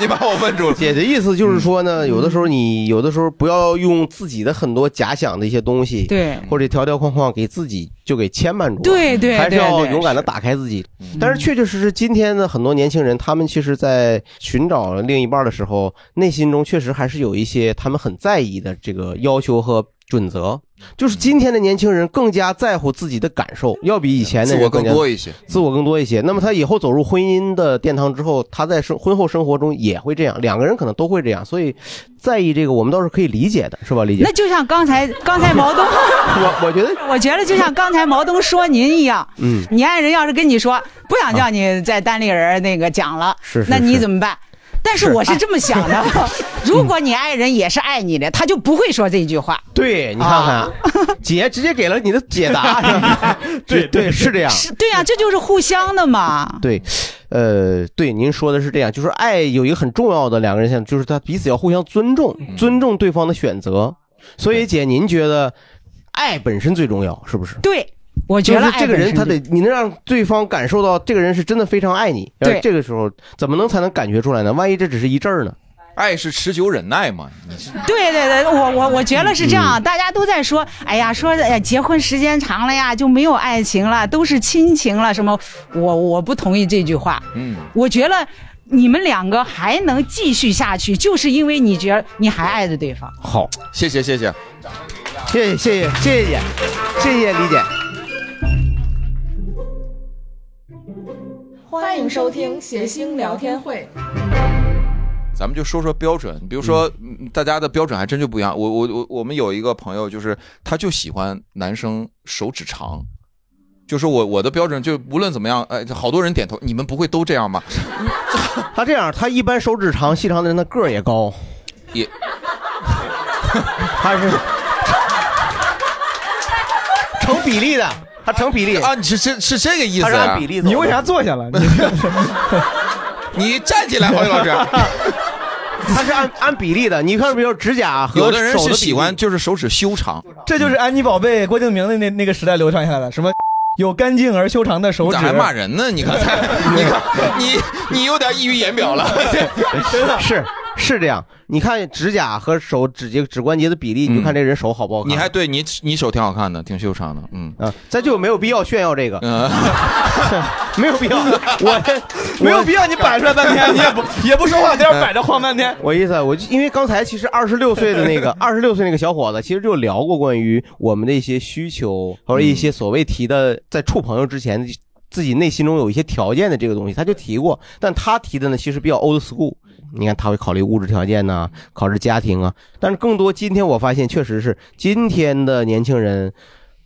你把我问住了。姐的意思就是说嗯呢，有的时候你有的时候不要用自己的很多假想的一些东西，对或者条条框框给自己就给牵绊住了，对对还是要对嗯对勇敢的打开自己。但是确确实实，今天的很多年轻人，他们其实，在寻找另一半的时候，内心中确实还是有一些他们很在意的这个要求和准则。嗯就是今天的年轻人更加在乎自己的感受，要比以前的人自我更加多一些。自我更多一些。那么他以后走入婚姻的殿堂之后，他在生婚后生活中也会这样，两个人可能都会这样，所以在意这个我们倒是可以理解的，是吧？理解那。就像刚才刚才毛东，我我觉得，我觉得就像刚才毛东说您一样，嗯你爱人要是跟你说不想叫你在单立人那个讲了，嗯是是那你是怎么办？但是我是这么想 [laughs] 的， [laughs] 如果你爱人也是爱你的，他就不会说这句话。 [laughs] 啊对你看看，姐直接给了你的解 [laughs] 答。对对，是这样。是对呀、这就是互相的嘛。对，呃，对，您说的是这样，就是爱有一个很重要的两个人现就是他彼此要互相尊重，尊重对方的选择。所以，姐，您觉得爱本身最重要，是不是？对，啊我觉得就是这个人，他爱本得身你能让对方感受到这个人是真的非常爱你。呃对这个时候怎么能才能感觉出来呢？万一这只是一阵儿呢？爱是持久忍耐嘛。你是对对对，我我我觉得是这样，啊嗯大家都在说，哎呀，说哎呀，结婚时间长了呀，就没有爱情了，都是亲情了，什么？我我不同意这句话。嗯，我觉得你们两个还能继续下去，就是因为你觉得你还爱着对方。好，谢谢谢谢，谢谢谢谢谢谢谢谢李姐。欢迎收听谐星聊天会。咱们就说说标准，比如说、嗯大家的标准还真就不一样。我我我我们有一个朋友，就是他就喜欢男生手指长。就是我我的标准就无论怎么样，哎，好多人点头，你们不会都这样 [laughs] 吗？ [laughs] 他这样，他一般手指长细长的人，他个儿也高，也 [laughs] 他是成比例的，他成比例啊！你是这是这个意他思、是按啊？比例走的。[laughs] 坐 [laughs] 下了？你站起来，郝宇老师。他是按按比例的，你看，比如指甲和有的人手是比喜例欢就是手指修长，这就是安妮宝贝、郭敬明的那那个时代流传下来的什么有干净而修长的手你指。咋还骂人呢？你刚 [laughs] 才，你看你你有点溢于言表了。真的 [laughs] 是是这样。你看指甲和手指节指关节的比例，你就嗯看这人手好不好看。你还对你你手挺好看的，挺修长的，嗯呃啊，咱就没有必要炫耀这 [laughs] 个，没有必要，我没有必要你摆出来半天你也不也不说话在这儿摆着晃半天。我意思，啊我就因为刚才其实二十六岁的那个二十六岁那个小伙子，其实就聊过关于我们的一些需求，或者一些所谓提的在处朋友之前。自己内心中有一些条件的这个东西，他就提过，但他提的呢，其实比较 old school。你看，他会考虑物质条件呐、考虑家庭啊，但是更多今天我发现，确实是今天的年轻人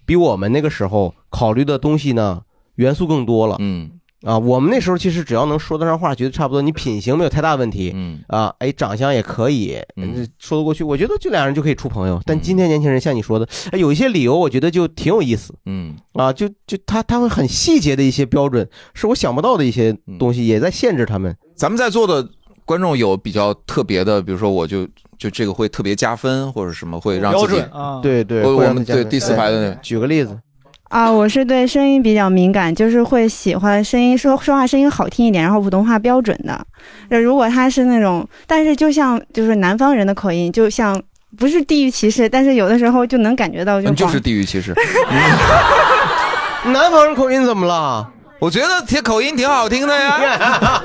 比我们那个时候考虑的东西呢元素更多了。嗯。啊，我们那时候其实只要能说得上话，觉得差不多，你品行没有太大问题，嗯啊，哎，长相也可以，嗯，说得过去。我觉得这俩人就可以处嗯朋友。但今天年轻人像你说的，哎，有一些理由，我觉得就挺有意思，嗯，啊，就就他他会很细节的一些标准，是我想不到的一些东嗯西，也在限制他们。 [laughs] 咱们在座的观众有比较特别的，比如说我就就这个会特别加分，或者什么会让自己标准啊对对我会我让们他加分哎对第四排的那举个例子，啊，我是对声音比较敏感，就是会喜欢声音说说话声音好听一点，然后普通话标准的。那如果他是那种，但是就像就是南方人的口音，就像不是地域歧视，但是有的时候就能感觉到就嗯就广是地域歧视。 [laughs] 南方人口音怎么了？我觉得这口音挺好听 [laughs] 的呀。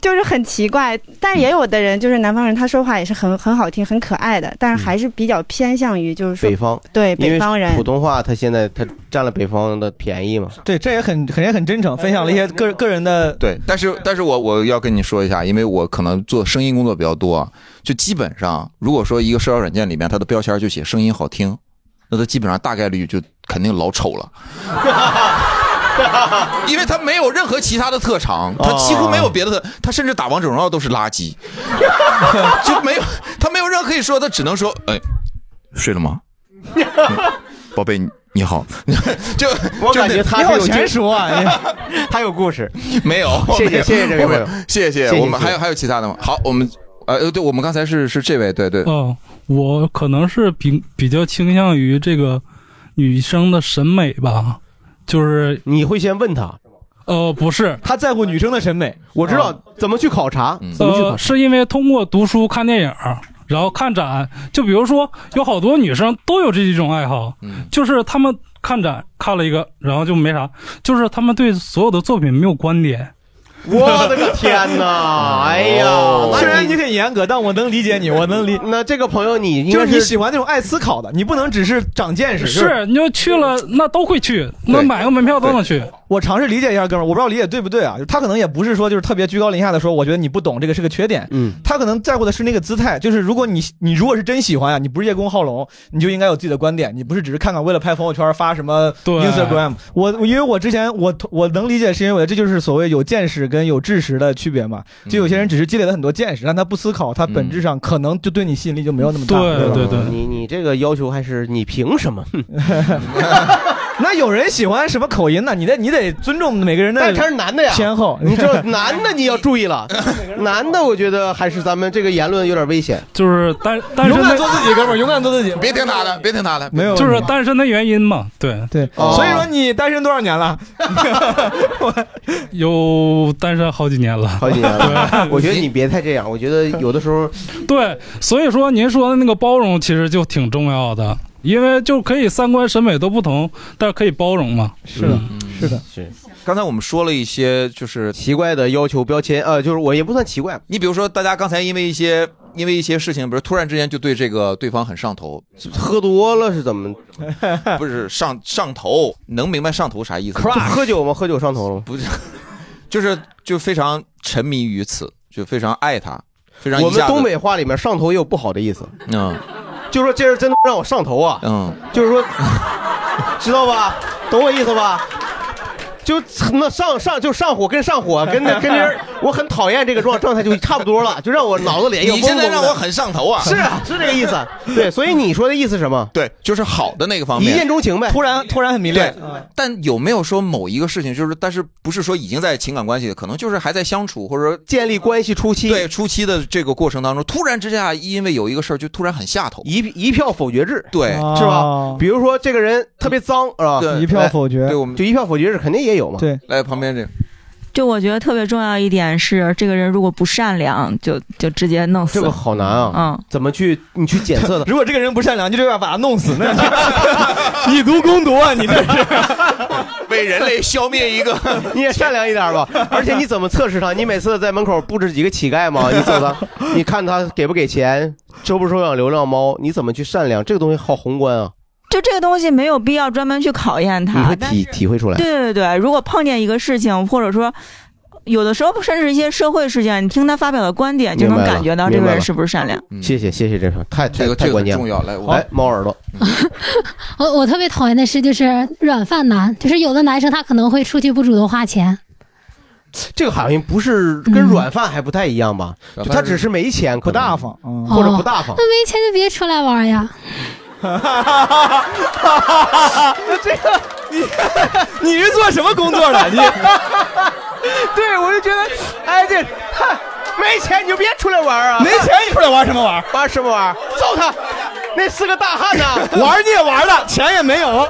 就是很奇怪。但是也有的人就是南方人，他说话也是很很好听、很可爱的，嗯但是还是比较偏向于就是说北方对因为北方人普通话他现在他占了北方的便宜 [laughs] 嘛。 [laughs] 对，这也很很也很真诚，分享了一些个个人的 [laughs] 对，但是但是我我要跟你说一下，因为我可能做声音工作比较多啊，就基本上如果说一个社交软件里面它的标签就写声音好听，那它基本上大概率就肯定老丑了，因为它没有任何其他的特长，哦它几乎没有别的特，它甚至打王者荣耀都是垃圾， [laughs] 就没有它没有任何可以说，它只能说哎，睡了吗？ [laughs] 嗯宝贝，你你好，就 [laughs] 我就感那觉他是有精 [laughs] 说哎啊，他有故事。 [laughs] 没有，谢谢没有谢谢这位我没朋有友，谢谢。我们还有还有其他的吗？好，我们呃呃，对，我们刚才是是这位，对对，哦，我可能是比比较倾向于这个女生的审美吧，就是你会先问他，呃，不是，嗯他在乎女生的审美，我知道怎么去考察，怎么去考呃，察。是因为通过读书、看电影，然后看展，就比如说有好多女生都有这几种爱好，就是她们看展看了一个，然后就没啥，就是她们对所有的作品没有观点。，我的个天哪！哎呀，哦虽然你你很严格，但我能理解你，我 [laughs] 能理。那这个朋友你应就该是是你喜欢那种爱思考的，你不能只是长见识。就是你就去了，那都会去，那买个门票都能去。我尝试理解一下哥们儿，我不知道理解对不对啊，就是他可能也不是说就是特别居高临下的说，我觉得你不懂这个是个缺点，嗯，他可能在乎的是那个姿态，就是如果你你如果是真喜欢呀、啊你不是叶公好龙，你就应该有自己的观点，你不是只是看看为了拍朋友圈发什么 Instagram，我我因为我之前我我能理解是因为这就是所谓有见识跟有知识的区别嘛，就有些人只是积累了很多见识，但他不思考，他本质上可能就对你吸引力就没有那么大，吧你你这个要求还是你凭什么？那有人喜欢什么口音呢？你得你得尊重每个人的，但是他是男的呀，[laughs] 偏好。你这男的你要注意了，男的我觉得还是咱们这个言论有点危险。就是 [laughs] 单 [laughs] 单身的己，哥们儿，勇敢做自己，别听他的，别听他的，没有就是单身的原因嘛，对对，哦所以说你单身多少年了？有单身好几年了，好几年了。我觉得你别太这样，我觉得有的时候， [laughs] 对，所以说您说的那个包容其实就挺重要的，因为就可以三观审美都不同，但是可以包容嘛。嗯是的，是的，是。刚才我们说了一些就是奇怪的要求标签，呃，就是我也不算奇怪，你比如说，大家刚才因为一些因为一些事情，比如突然之间就对这个对方很上头，喝多了是怎么？不是上上头，能明白上头啥意思吗？就喝酒吗？喝酒上头了吗？不是，就是就非常沉迷于此，就非常爱他，非常我一们下子东北话里面上头也有不好的意思，嗯就是说这人真的让我上头啊，嗯，就是说， [laughs] 知道吧？懂我意思吧？就那上上就上火，跟上火跟那跟那人，我很讨厌这个状状态，就差不多了，就让我脑子里也你现在让我很上头啊是啊，是这个意思。 [laughs] 对，所以你说的意思是什么？对，就是好的那个方面，一见钟情呗。突然突然很迷恋。但有没有说某一个事情，就是但是不是说已经在情感关系，可能就是还在相处或者说建立关系初期，对初期的这个过程当中，突然之下因为有一个事儿就突然很下头，一一票否决制，对，是 [laughs] 啊吧？比如说这个人特别脏，是吧？对一票否决，对，我们就一票否决制肯定也有嘛。对，？来旁边这个，就我觉得特别重要一点是，这个人如果不善良，就就直接弄死。这个好难啊。嗯，怎么去你去检测的 [laughs] 如果这个人不善良，就这样把他弄死，那你 [laughs] 以毒攻毒啊！你这是为人类消灭一个， [laughs] 你也善良一 [laughs] 点吧。而且你怎么测试他？你每次在门口布置几个乞丐吗？你走的， [laughs] 你看他给不给钱，收不收养流浪猫？你怎么去善良？这个东西好宏观啊，就这个东西没有必要专门去考验你他会。体体会出来。对对对，如果碰见一个事情，或者说有的时候甚至一些社会事件，你听他发表的观点，就能明白了感觉到这明个白人了是不是善良。谢谢谢谢这个太太嗯这个太这个关键了哎重要来我来猫耳朵，我我特别讨厌的是就是软饭男，就是有的男生他可能会出去不主动花钱，这个好像不是跟软饭还不太一样吧？就他只是没钱，不大方嗯或哦者不大方那。没钱就别出来玩呀。 [laughs] 这个你你是做什么工作的？你 [laughs] 对我就觉得，哎，这嗨没钱你就别出来玩啊！没钱你出来玩什么玩？，玩什么玩？揍他！那四个大汉呐 [laughs] 玩你也玩了，钱也没有。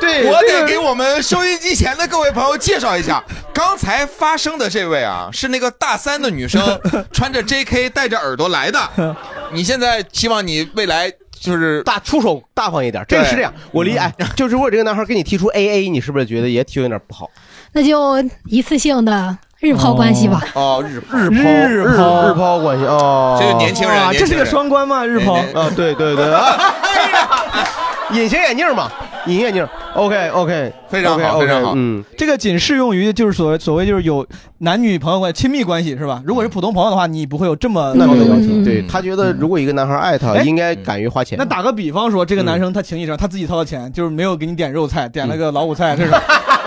对，我这得个给我们收音机前的各位朋友介绍一下，刚才发生的这位啊，是那个大三的女 [laughs] 生，穿着 J.K. 戴着耳朵来的。你现在希望你未来就是大出手大方一点，这个是这样。我理解，哎，就是如果这个男孩跟你提出 A A，你是不是觉得也挺有点不好？那就一次性的日抛关系吧。哦，日日抛日抛日抛关系哦，这个年轻人哇这年轻是个人双关吗？日抛啊，对对对，啊哎呀隐形眼镜嘛，隐形眼镜，OK OK，非常好 OK，OK，非常好嗯，这个仅适用于就是所谓所谓就是有男女朋友关亲密关系是吧？如果是普通朋友的话，你不会有这么那没有问题。嗯对他觉得，如果一个男孩爱他，哎应该敢于花钱那。打个比方说，这个男生他情义上他自己掏的钱，就是没有给你点肉菜，点了个老虎菜这种， [laughs]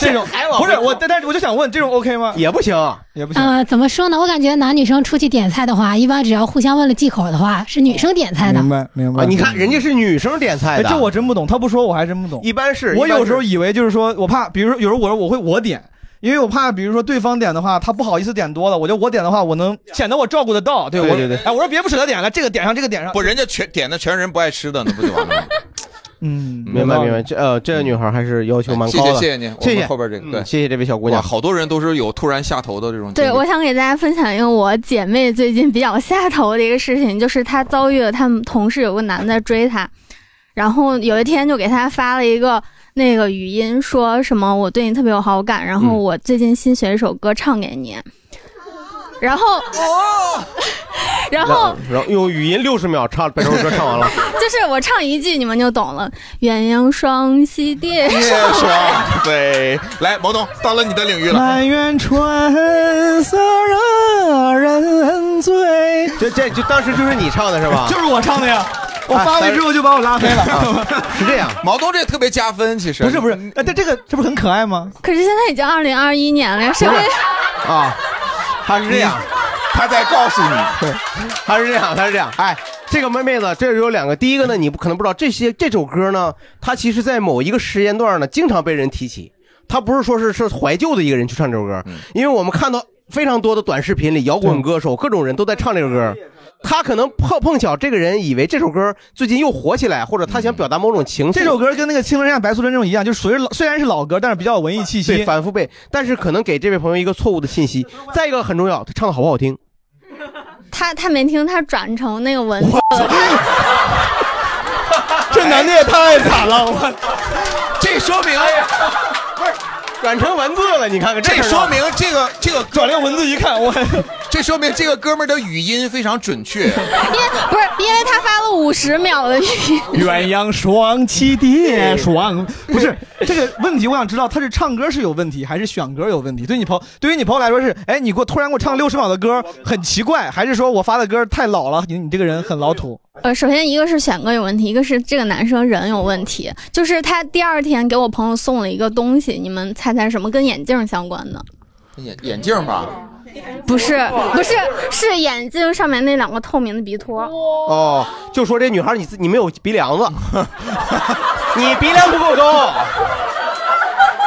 这种嗯还往不回是走我，但但是我就想问，这种 OK 吗？也不行，也不行。呃，怎么说呢？我感觉男女生出去点菜的话，一般只要互相问了忌口的话，是女生点菜的。明白明白啊你看人家是女生点菜哎，的，这我真不懂，他不说我还真不懂。一般是我一般有是时候以为就是说我怕，比如说有时候我说我会我点，因为我怕比如说对方点的话，他不好意思点多了，我觉得我点的话，我能显得我照顾得到，对对我对对哎，我说别不舍得点了，这个点上这个点上，不，人家全点的全是人不爱吃的，那不就完了吗？嗯，明白明白。这呃，这个女孩还是要求蛮谢高哎谢的。谢谢你，谢我谢们后边这个嗯对，谢 [laughs] 谢这位小姑哇，娘。好多人都是有突然下头的这种经历。对，我想给大家分享一个我姐妹最近比较下头的一个事情，就是她遭遇了她们同事有个男的追她，然后有一天就给她发了一个那个语音，说什么我对你特别有好感，然后我最近新学一首歌唱给你。然后，哦然后然后用语音六十秒唱把这首歌唱 [laughs] 完了， [laughs] 就是我唱一句你们就懂了，鸳鸯双栖蝶夜双飞，来，毛东到了你的领域了。满园春色惹人醉。这这就当时就是你唱的是吧？就是我唱的呀。我发了之后就把我拉黑了，啊是这样。 [laughs] 毛东这特别加分，其实不是不是，哎，但这个这不是很可爱吗？ [laughs] 可是现在已经二零二一年了呀，谁会啊，他是这样，他在告诉你， [laughs] 他是这样，他是这样。哎，这个妹妹子，这有两个，第一个嗯呢，你不可能不知道，这些这首歌呢，它其实在某一个时间段呢，经常被人提起。他不是说是是怀旧的一个人去唱这首歌，嗯因为我们看到非常多的短视频里，摇滚歌手各种人都在唱这首歌。他可能碰碰巧，这个人以为这首歌最近又火起来，或者他想表达某种情绪。这首歌跟那个《青龙山下白素贞》这种一样，就属于老，虽然是老歌，但是比较有文艺气息。对，反复背，但是可能给这位朋友一个错误的信息。再一个很重要，他唱的好不好听？他他没听，他转成那个文字了。 [laughs] 这男的也太惨了，我这说明哎不是转成文字了，你看看这事儿说明这个这个转亮文字一看，我这说明这个哥们儿的语音非常准确。因为不是因为他发了五十秒的语音，鸳鸯双栖蝶双，哎不是这个问题，我想知道他是唱歌是有问题，还是选歌有问题？对你朋友，对于你朋友来说是，哎，你给我突然给我唱六十秒的歌很奇怪，还是说我发的歌太老了？你你这个人很老土。呃，首先一个是选歌有问题，一个是这个男生人有问题。就是他第二天给我朋友送了一个东西，你们猜猜什么？跟眼镜相关的？眼眼镜吧，不是，不是，是眼镜上面那两个透明的鼻托。哦，就说这女孩你自你没有鼻梁子， [laughs] 你鼻梁不够高，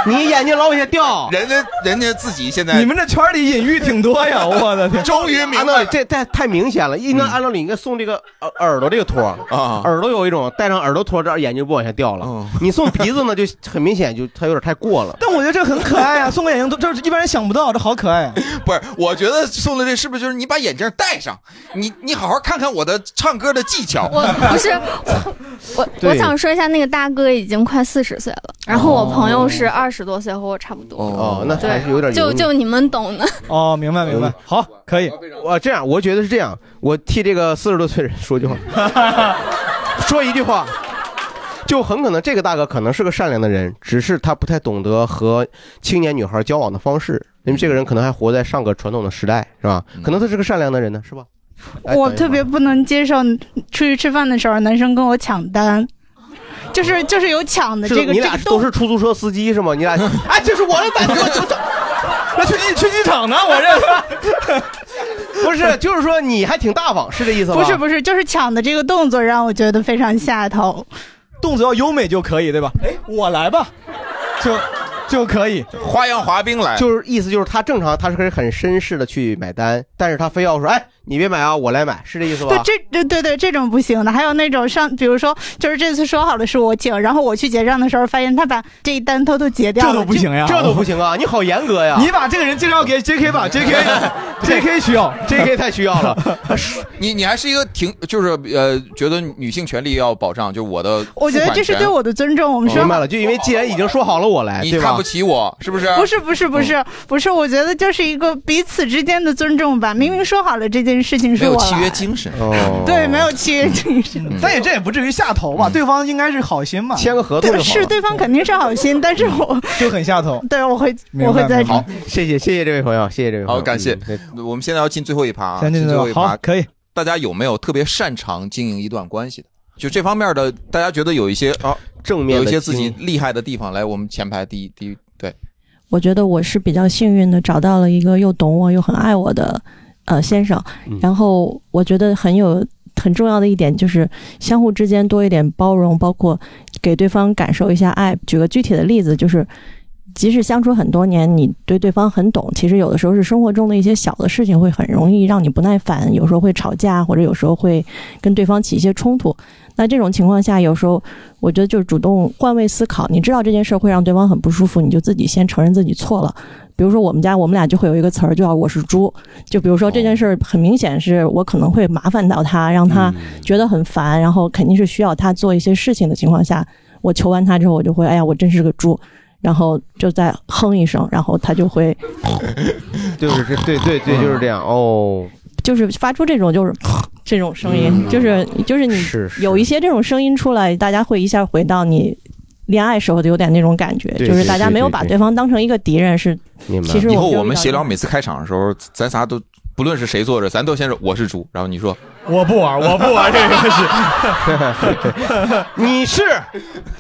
你眼睛老往下掉。人家人家自己现在你们这圈里隐喻挺多 [laughs] 呀，我的天！终于明嗯白了，啊这太太明显了。应该按照理应该送这个耳耳朵这个托啊，耳朵有一种戴上耳朵托，这眼睛不往下掉嗯了。你送鼻子呢，就很明显就它有点太过 [laughs] 了。 [laughs] 但我觉得这很可爱啊，送个眼镜都这是一般人想不到，这好可爱啊！不是，我觉得宋的这是不是就是你把眼镜戴上，你你好好看看我的唱歌的技巧。我不 [laughs] 是我，我对想说一下，那个大哥已经快四十岁了，然后我朋友是二十多岁，和我差不多。哦，那还对是有点，就就你们懂的。哦，明白明白，好，可以。我啊这样，我觉得是这样，我替这个四十多岁人说句话，说一句话，就很可能这个大哥可能是个善良的人，只是他不太懂得和青年女孩交往的方式，因为这个人可能还活在上个传统的时代，是吧？可能他是个善良的人呢，是吧？哎我等一特会儿别不能接受出去吃饭的时候男生跟我抢单，就是就是有抢的是这个你这俩个都是出租车司机是吗？ [laughs] 你俩，哎，这是我的胆子，就那去机去机场呢？我这 [laughs] 不是，就是说你还挺大方，是这意思吧？不是不是，就是抢的这个动作让我觉得非常下头。动作要优美就可以，对吧？哎，我来吧，就就可以花样滑冰来，就是意思就是他正常，他是可以很绅士的去买单，但是他非要说，哎，你别买啊，我来买，是这意思吧？对，这对对对，这种不行的。还有那种上，比如说，就是这次说好了是我请，然后我去结账的时候，发现他把这一单偷偷结掉了，这都不行呀，这都不行啊！你好严格呀！你把这个人介绍给 J.K. 吧，J.K. [laughs] J.K. 需要 J.K. 太需要了。你你还是一个挺就是呃，觉得女性权利要保障，就是我的。我觉得这是对我。的尊重。我们哦说明白了，就因为既然已经说好了我来，你看不起我是不是？不是不是不嗯是不是，我觉得就是一个彼此之间的尊重吧。明明说好了这件事情是我来，精神哦 [laughs] 对，没有契约精神。但也这也不至于下头吧？对方应该是好心嘛，嗯嗯签个合对，是对方肯定是好心，但是我就很下头。对我会我会在好，谢谢谢谢这位朋友，谢谢这位朋好，友，嗯感谢。我们现在要进最后一趴啊，先进最最后后一趴好可以。大家有没有特别擅长经营一段关系的？就这方面的，大家觉得有一些啊正面有的一些自己经厉害的地方。来，我们前排第一第一对，我觉得我是比较幸运的，找到了一个又懂我又很爱我的呃先生。然后我觉得很有很重要的一点就是相互之间多一点包容，包括给对方感受一下爱。举个具体的例子，就是即使相处很多年，你对对方很懂，其实有的时候是生活中的一些小的事情会很容易让你不耐烦，有时候会吵架，或者有时候会跟对方起一些冲突。那这种情况下，有时候我觉得就是主动换位思考，你知道这件事会让对方很不舒服，你就自己先承认自己错了。比如说我们家我们俩就会有一个词儿叫“我是猪”，就比如说这件事儿很明显是我可能会麻烦到他，让他觉得很烦，然后肯定是需要他做一些事情的情况下，我求完他之后，我就会哎呀我真是个猪。然后就再哼一声，然后它就会 [laughs] 就是这，对对对，就是这样哦。就是发出这种就是 [laughs] 这种声音，嗯就是就是你是 [laughs] 是有一些这种声音出来，大家会一下回到你恋爱时候的有点那种感觉，对就是对大家对没有对把对对方当成一个敌人，是其实以后们我们就啊是闲聊每次开场的时候，咱仨都不论是谁坐着，咱都先说我是猪，然后你说我不玩，我不玩这个是。 [laughs] 你是，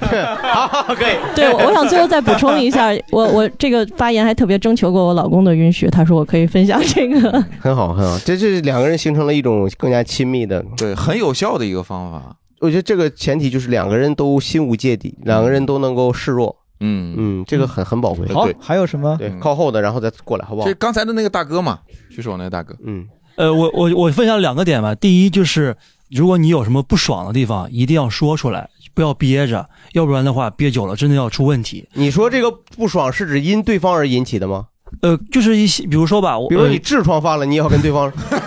好，可以。 [laughs] 对，我我想最后再补充一下， [laughs] 我我这个发言还特别征求过我老公的允许，他说我可以分享这个。很好，很好，这是两个人形成了一种更加亲密的，对，很有效的一个方法。我觉得这个前提就是两个人都心无芥蒂，两个人都能够示弱。嗯嗯，这个很很宝贵。好对还有什么？对，靠后的，然后再过来，好不好这？刚才的那个大哥嘛，举手那个大哥，嗯， [laughs] 呃，我我我分享两个点吧。第一就是，如果你有什么不爽的地方，一定要说出来，不要憋着，要不然的话，憋久了真的要出问题。你说这个不爽是指因对方而引起的吗？呃，就是一些，比如说吧，我呃比如说你痔疮犯了，你也要跟对方， [laughs]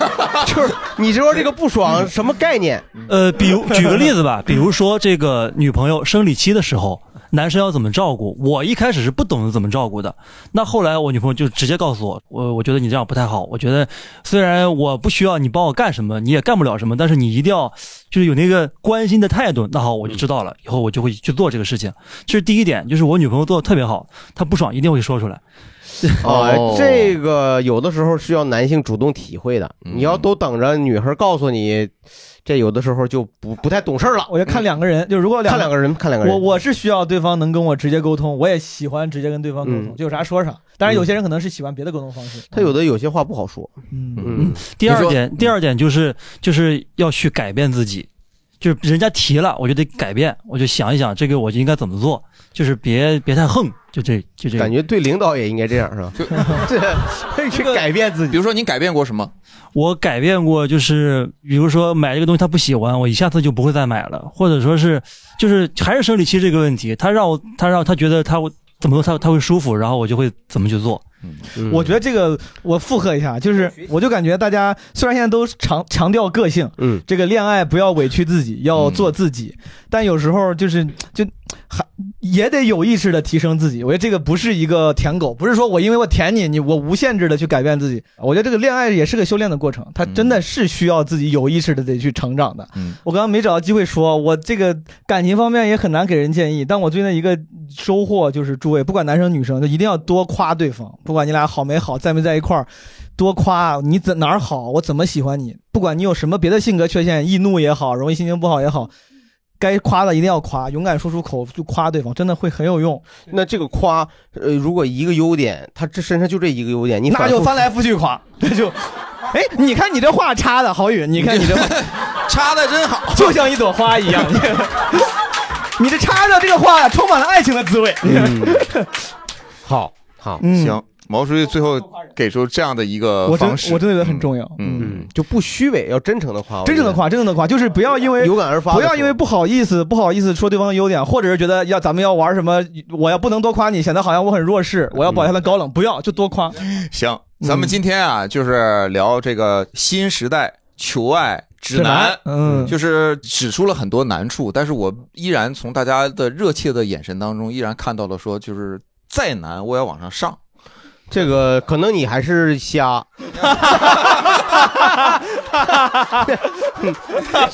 就是你知道这个不爽什么概 [laughs] 念？呃，比如举个例子吧，比如说这个女朋友生理期的时候，男生要怎么照顾？我一开始是不懂得怎么照顾的，那后来我女朋友就直接告诉我，我我觉得你这样不太好。我觉得呃虽然我不需要你帮我干什么，你也干不了什么，但是你一定要就是有那个关心的态度。那好，我就知道了，以后我就会去做这个事情。这是第一点，就是我女朋友做的特别好，她不爽一定会说出来。哦，这个有的时候需要男性主动体会的，嗯你要都等着女孩告诉你，这有的时候就不不太懂事儿了。我就看两个人，就如果看两个人，看两个人，我我是需要对方能跟我直接沟通，我也喜欢直接跟对方沟通，嗯就有啥说啥。当然，有些人可能是喜欢别的沟通方式。他有的有些话不好说。嗯，第二点，第二点就是就是要去改变自己，就是人家提了，我就得改变，我就想一想这个我就应该怎么做，就是别别太横，就这就这个。感觉对领导也应该这样是吧？ [laughs] 嗯这去改变自己。比如说你改变过什么？我改变过，就是比如说买这个东西他不喜欢，我一下次就不会再买了，或者说是就是还是生理期这个问题，他让我他让他觉得他怎么说他他会舒服，然后我就会怎么去做。我觉得这个我附和一下，就是我就感觉大家虽然现在都强强调个性，嗯，这个恋爱不要委屈自己，要做自己，但有时候就是就还也得有意识的提升自己。我觉得这个不是一个舔狗，不是说我因为我舔你，你我无限制的去改变自己。我觉得这个恋爱也是个修炼的过程，它真的是需要自己有意识的得去成长的。嗯，我刚刚没找到机会说，我这个感情方面也很难给人建议，但我最近的一个收获就是，诸位不管男生女生，就一定要多夸对方，不管你俩好没好，在没在一块儿，多夸你怎哪儿好，我怎么喜欢你，不管你有什么别的性格缺陷，易怒也好，容易心情不好也好。该夸的一定要夸，勇敢说出口就夸对方，真的会 [laughs] 很有用。那这个夸，呃，如果一个优点，他这身上就这一个优点，你那反就复翻来覆去 [laughs] 夸，那就，哎，你看你这话插的好远，你看 [laughs] 你这话插的真好，就像一朵花一 [laughs] 样。你这插的这个话呀，充满了爱情的滋味。 [laughs] 好好行，毛书记最后给出这样的一个嗯我真呃方式，我真的觉得很重要。嗯，就不虚伪，要真诚的夸，真正的夸，真正的夸，就是不要因为有感而发地不要因为不好意思，不好意思说对方的优点，或者是觉得要咱们要玩什么，我要不能多夸你，显得好像我很弱势，我要保持他的高冷，不要就多夸。嗯行，咱们今天啊，就是聊这个新时代求爱指指南南，嗯就是指出了很多难处，但是我依然从大家的热切的眼神当中，依然看到了说，就是再难我也要往 [laughs] 上上。这个可能你还是瞎，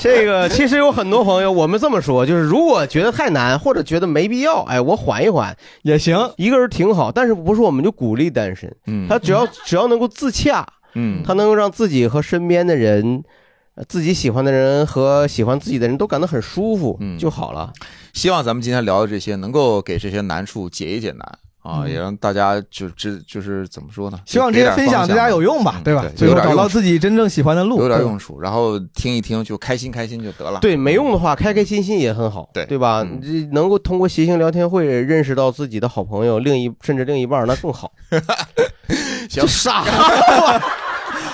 这个其实有很多朋友，我们这么说，就是如果觉得太难或者觉得没必要，哎，我缓一缓也行，一个人挺好。但是不是我们就鼓励单身，嗯他只要只要能够自洽，嗯，他能够让自己和身边的人。呃自己喜欢的人和喜欢自己的人都感到很舒服，嗯，就好了。希望咱们今天聊的这些，能够给这些难处解一解难啊，嗯也让大家就知就是怎么说呢？希望这些分享对大家有用吧，对吧？最后找到自己真正喜欢的路，有点用对。处，然后听一听就开心开心就得了。对，没用的话，开开心心也很好，对对吧？这能够通过谐星聊天会认识到自己的好朋友，另一甚至另一半儿，那更好。行，傻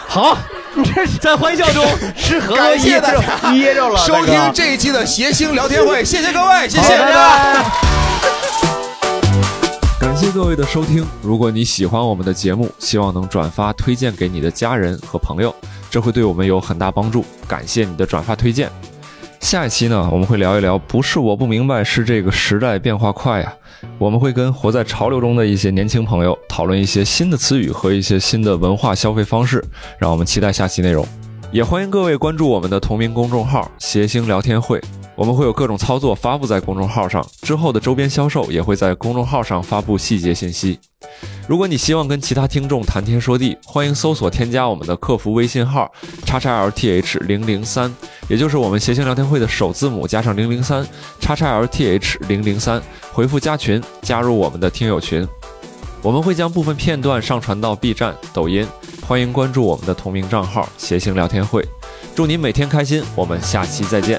好，你这是 [laughs] 在欢笑中是何感谢大家家噎着了。收听这一期的谐星聊天会，谢谢各位，谢谢大家。感谢各位的收听。如果你喜欢我们的节目，希望能转发推荐给你的家人和朋友，这会对我们有很大帮助。感谢你的转发推荐。下一期呢，我们会聊一聊，不是我不明白，是这个时代变化快呀。我们会跟活在潮流中的一些年轻朋友讨论一些新的词语和一些新的文化消费方式，让我们期待下期内容。也欢迎各位关注我们的同名公众号“谐星聊天会”，我们会有各种操作发布在公众号上，之后的周边销售也会在公众号上发布细节信息。如果你希望跟其他听众谈天说地，欢迎搜索添加我们的客服微信号叉叉 LTH 零零三，也就是我们谐星聊天会的首字母加上零零三叉叉 LTH 零零三，回复加群，加入我们的听友群。我们会将部分片段上传到 B 站、抖音，欢迎关注我们的同名账号“谐星聊天会”。祝您每天开心，我们下期再见。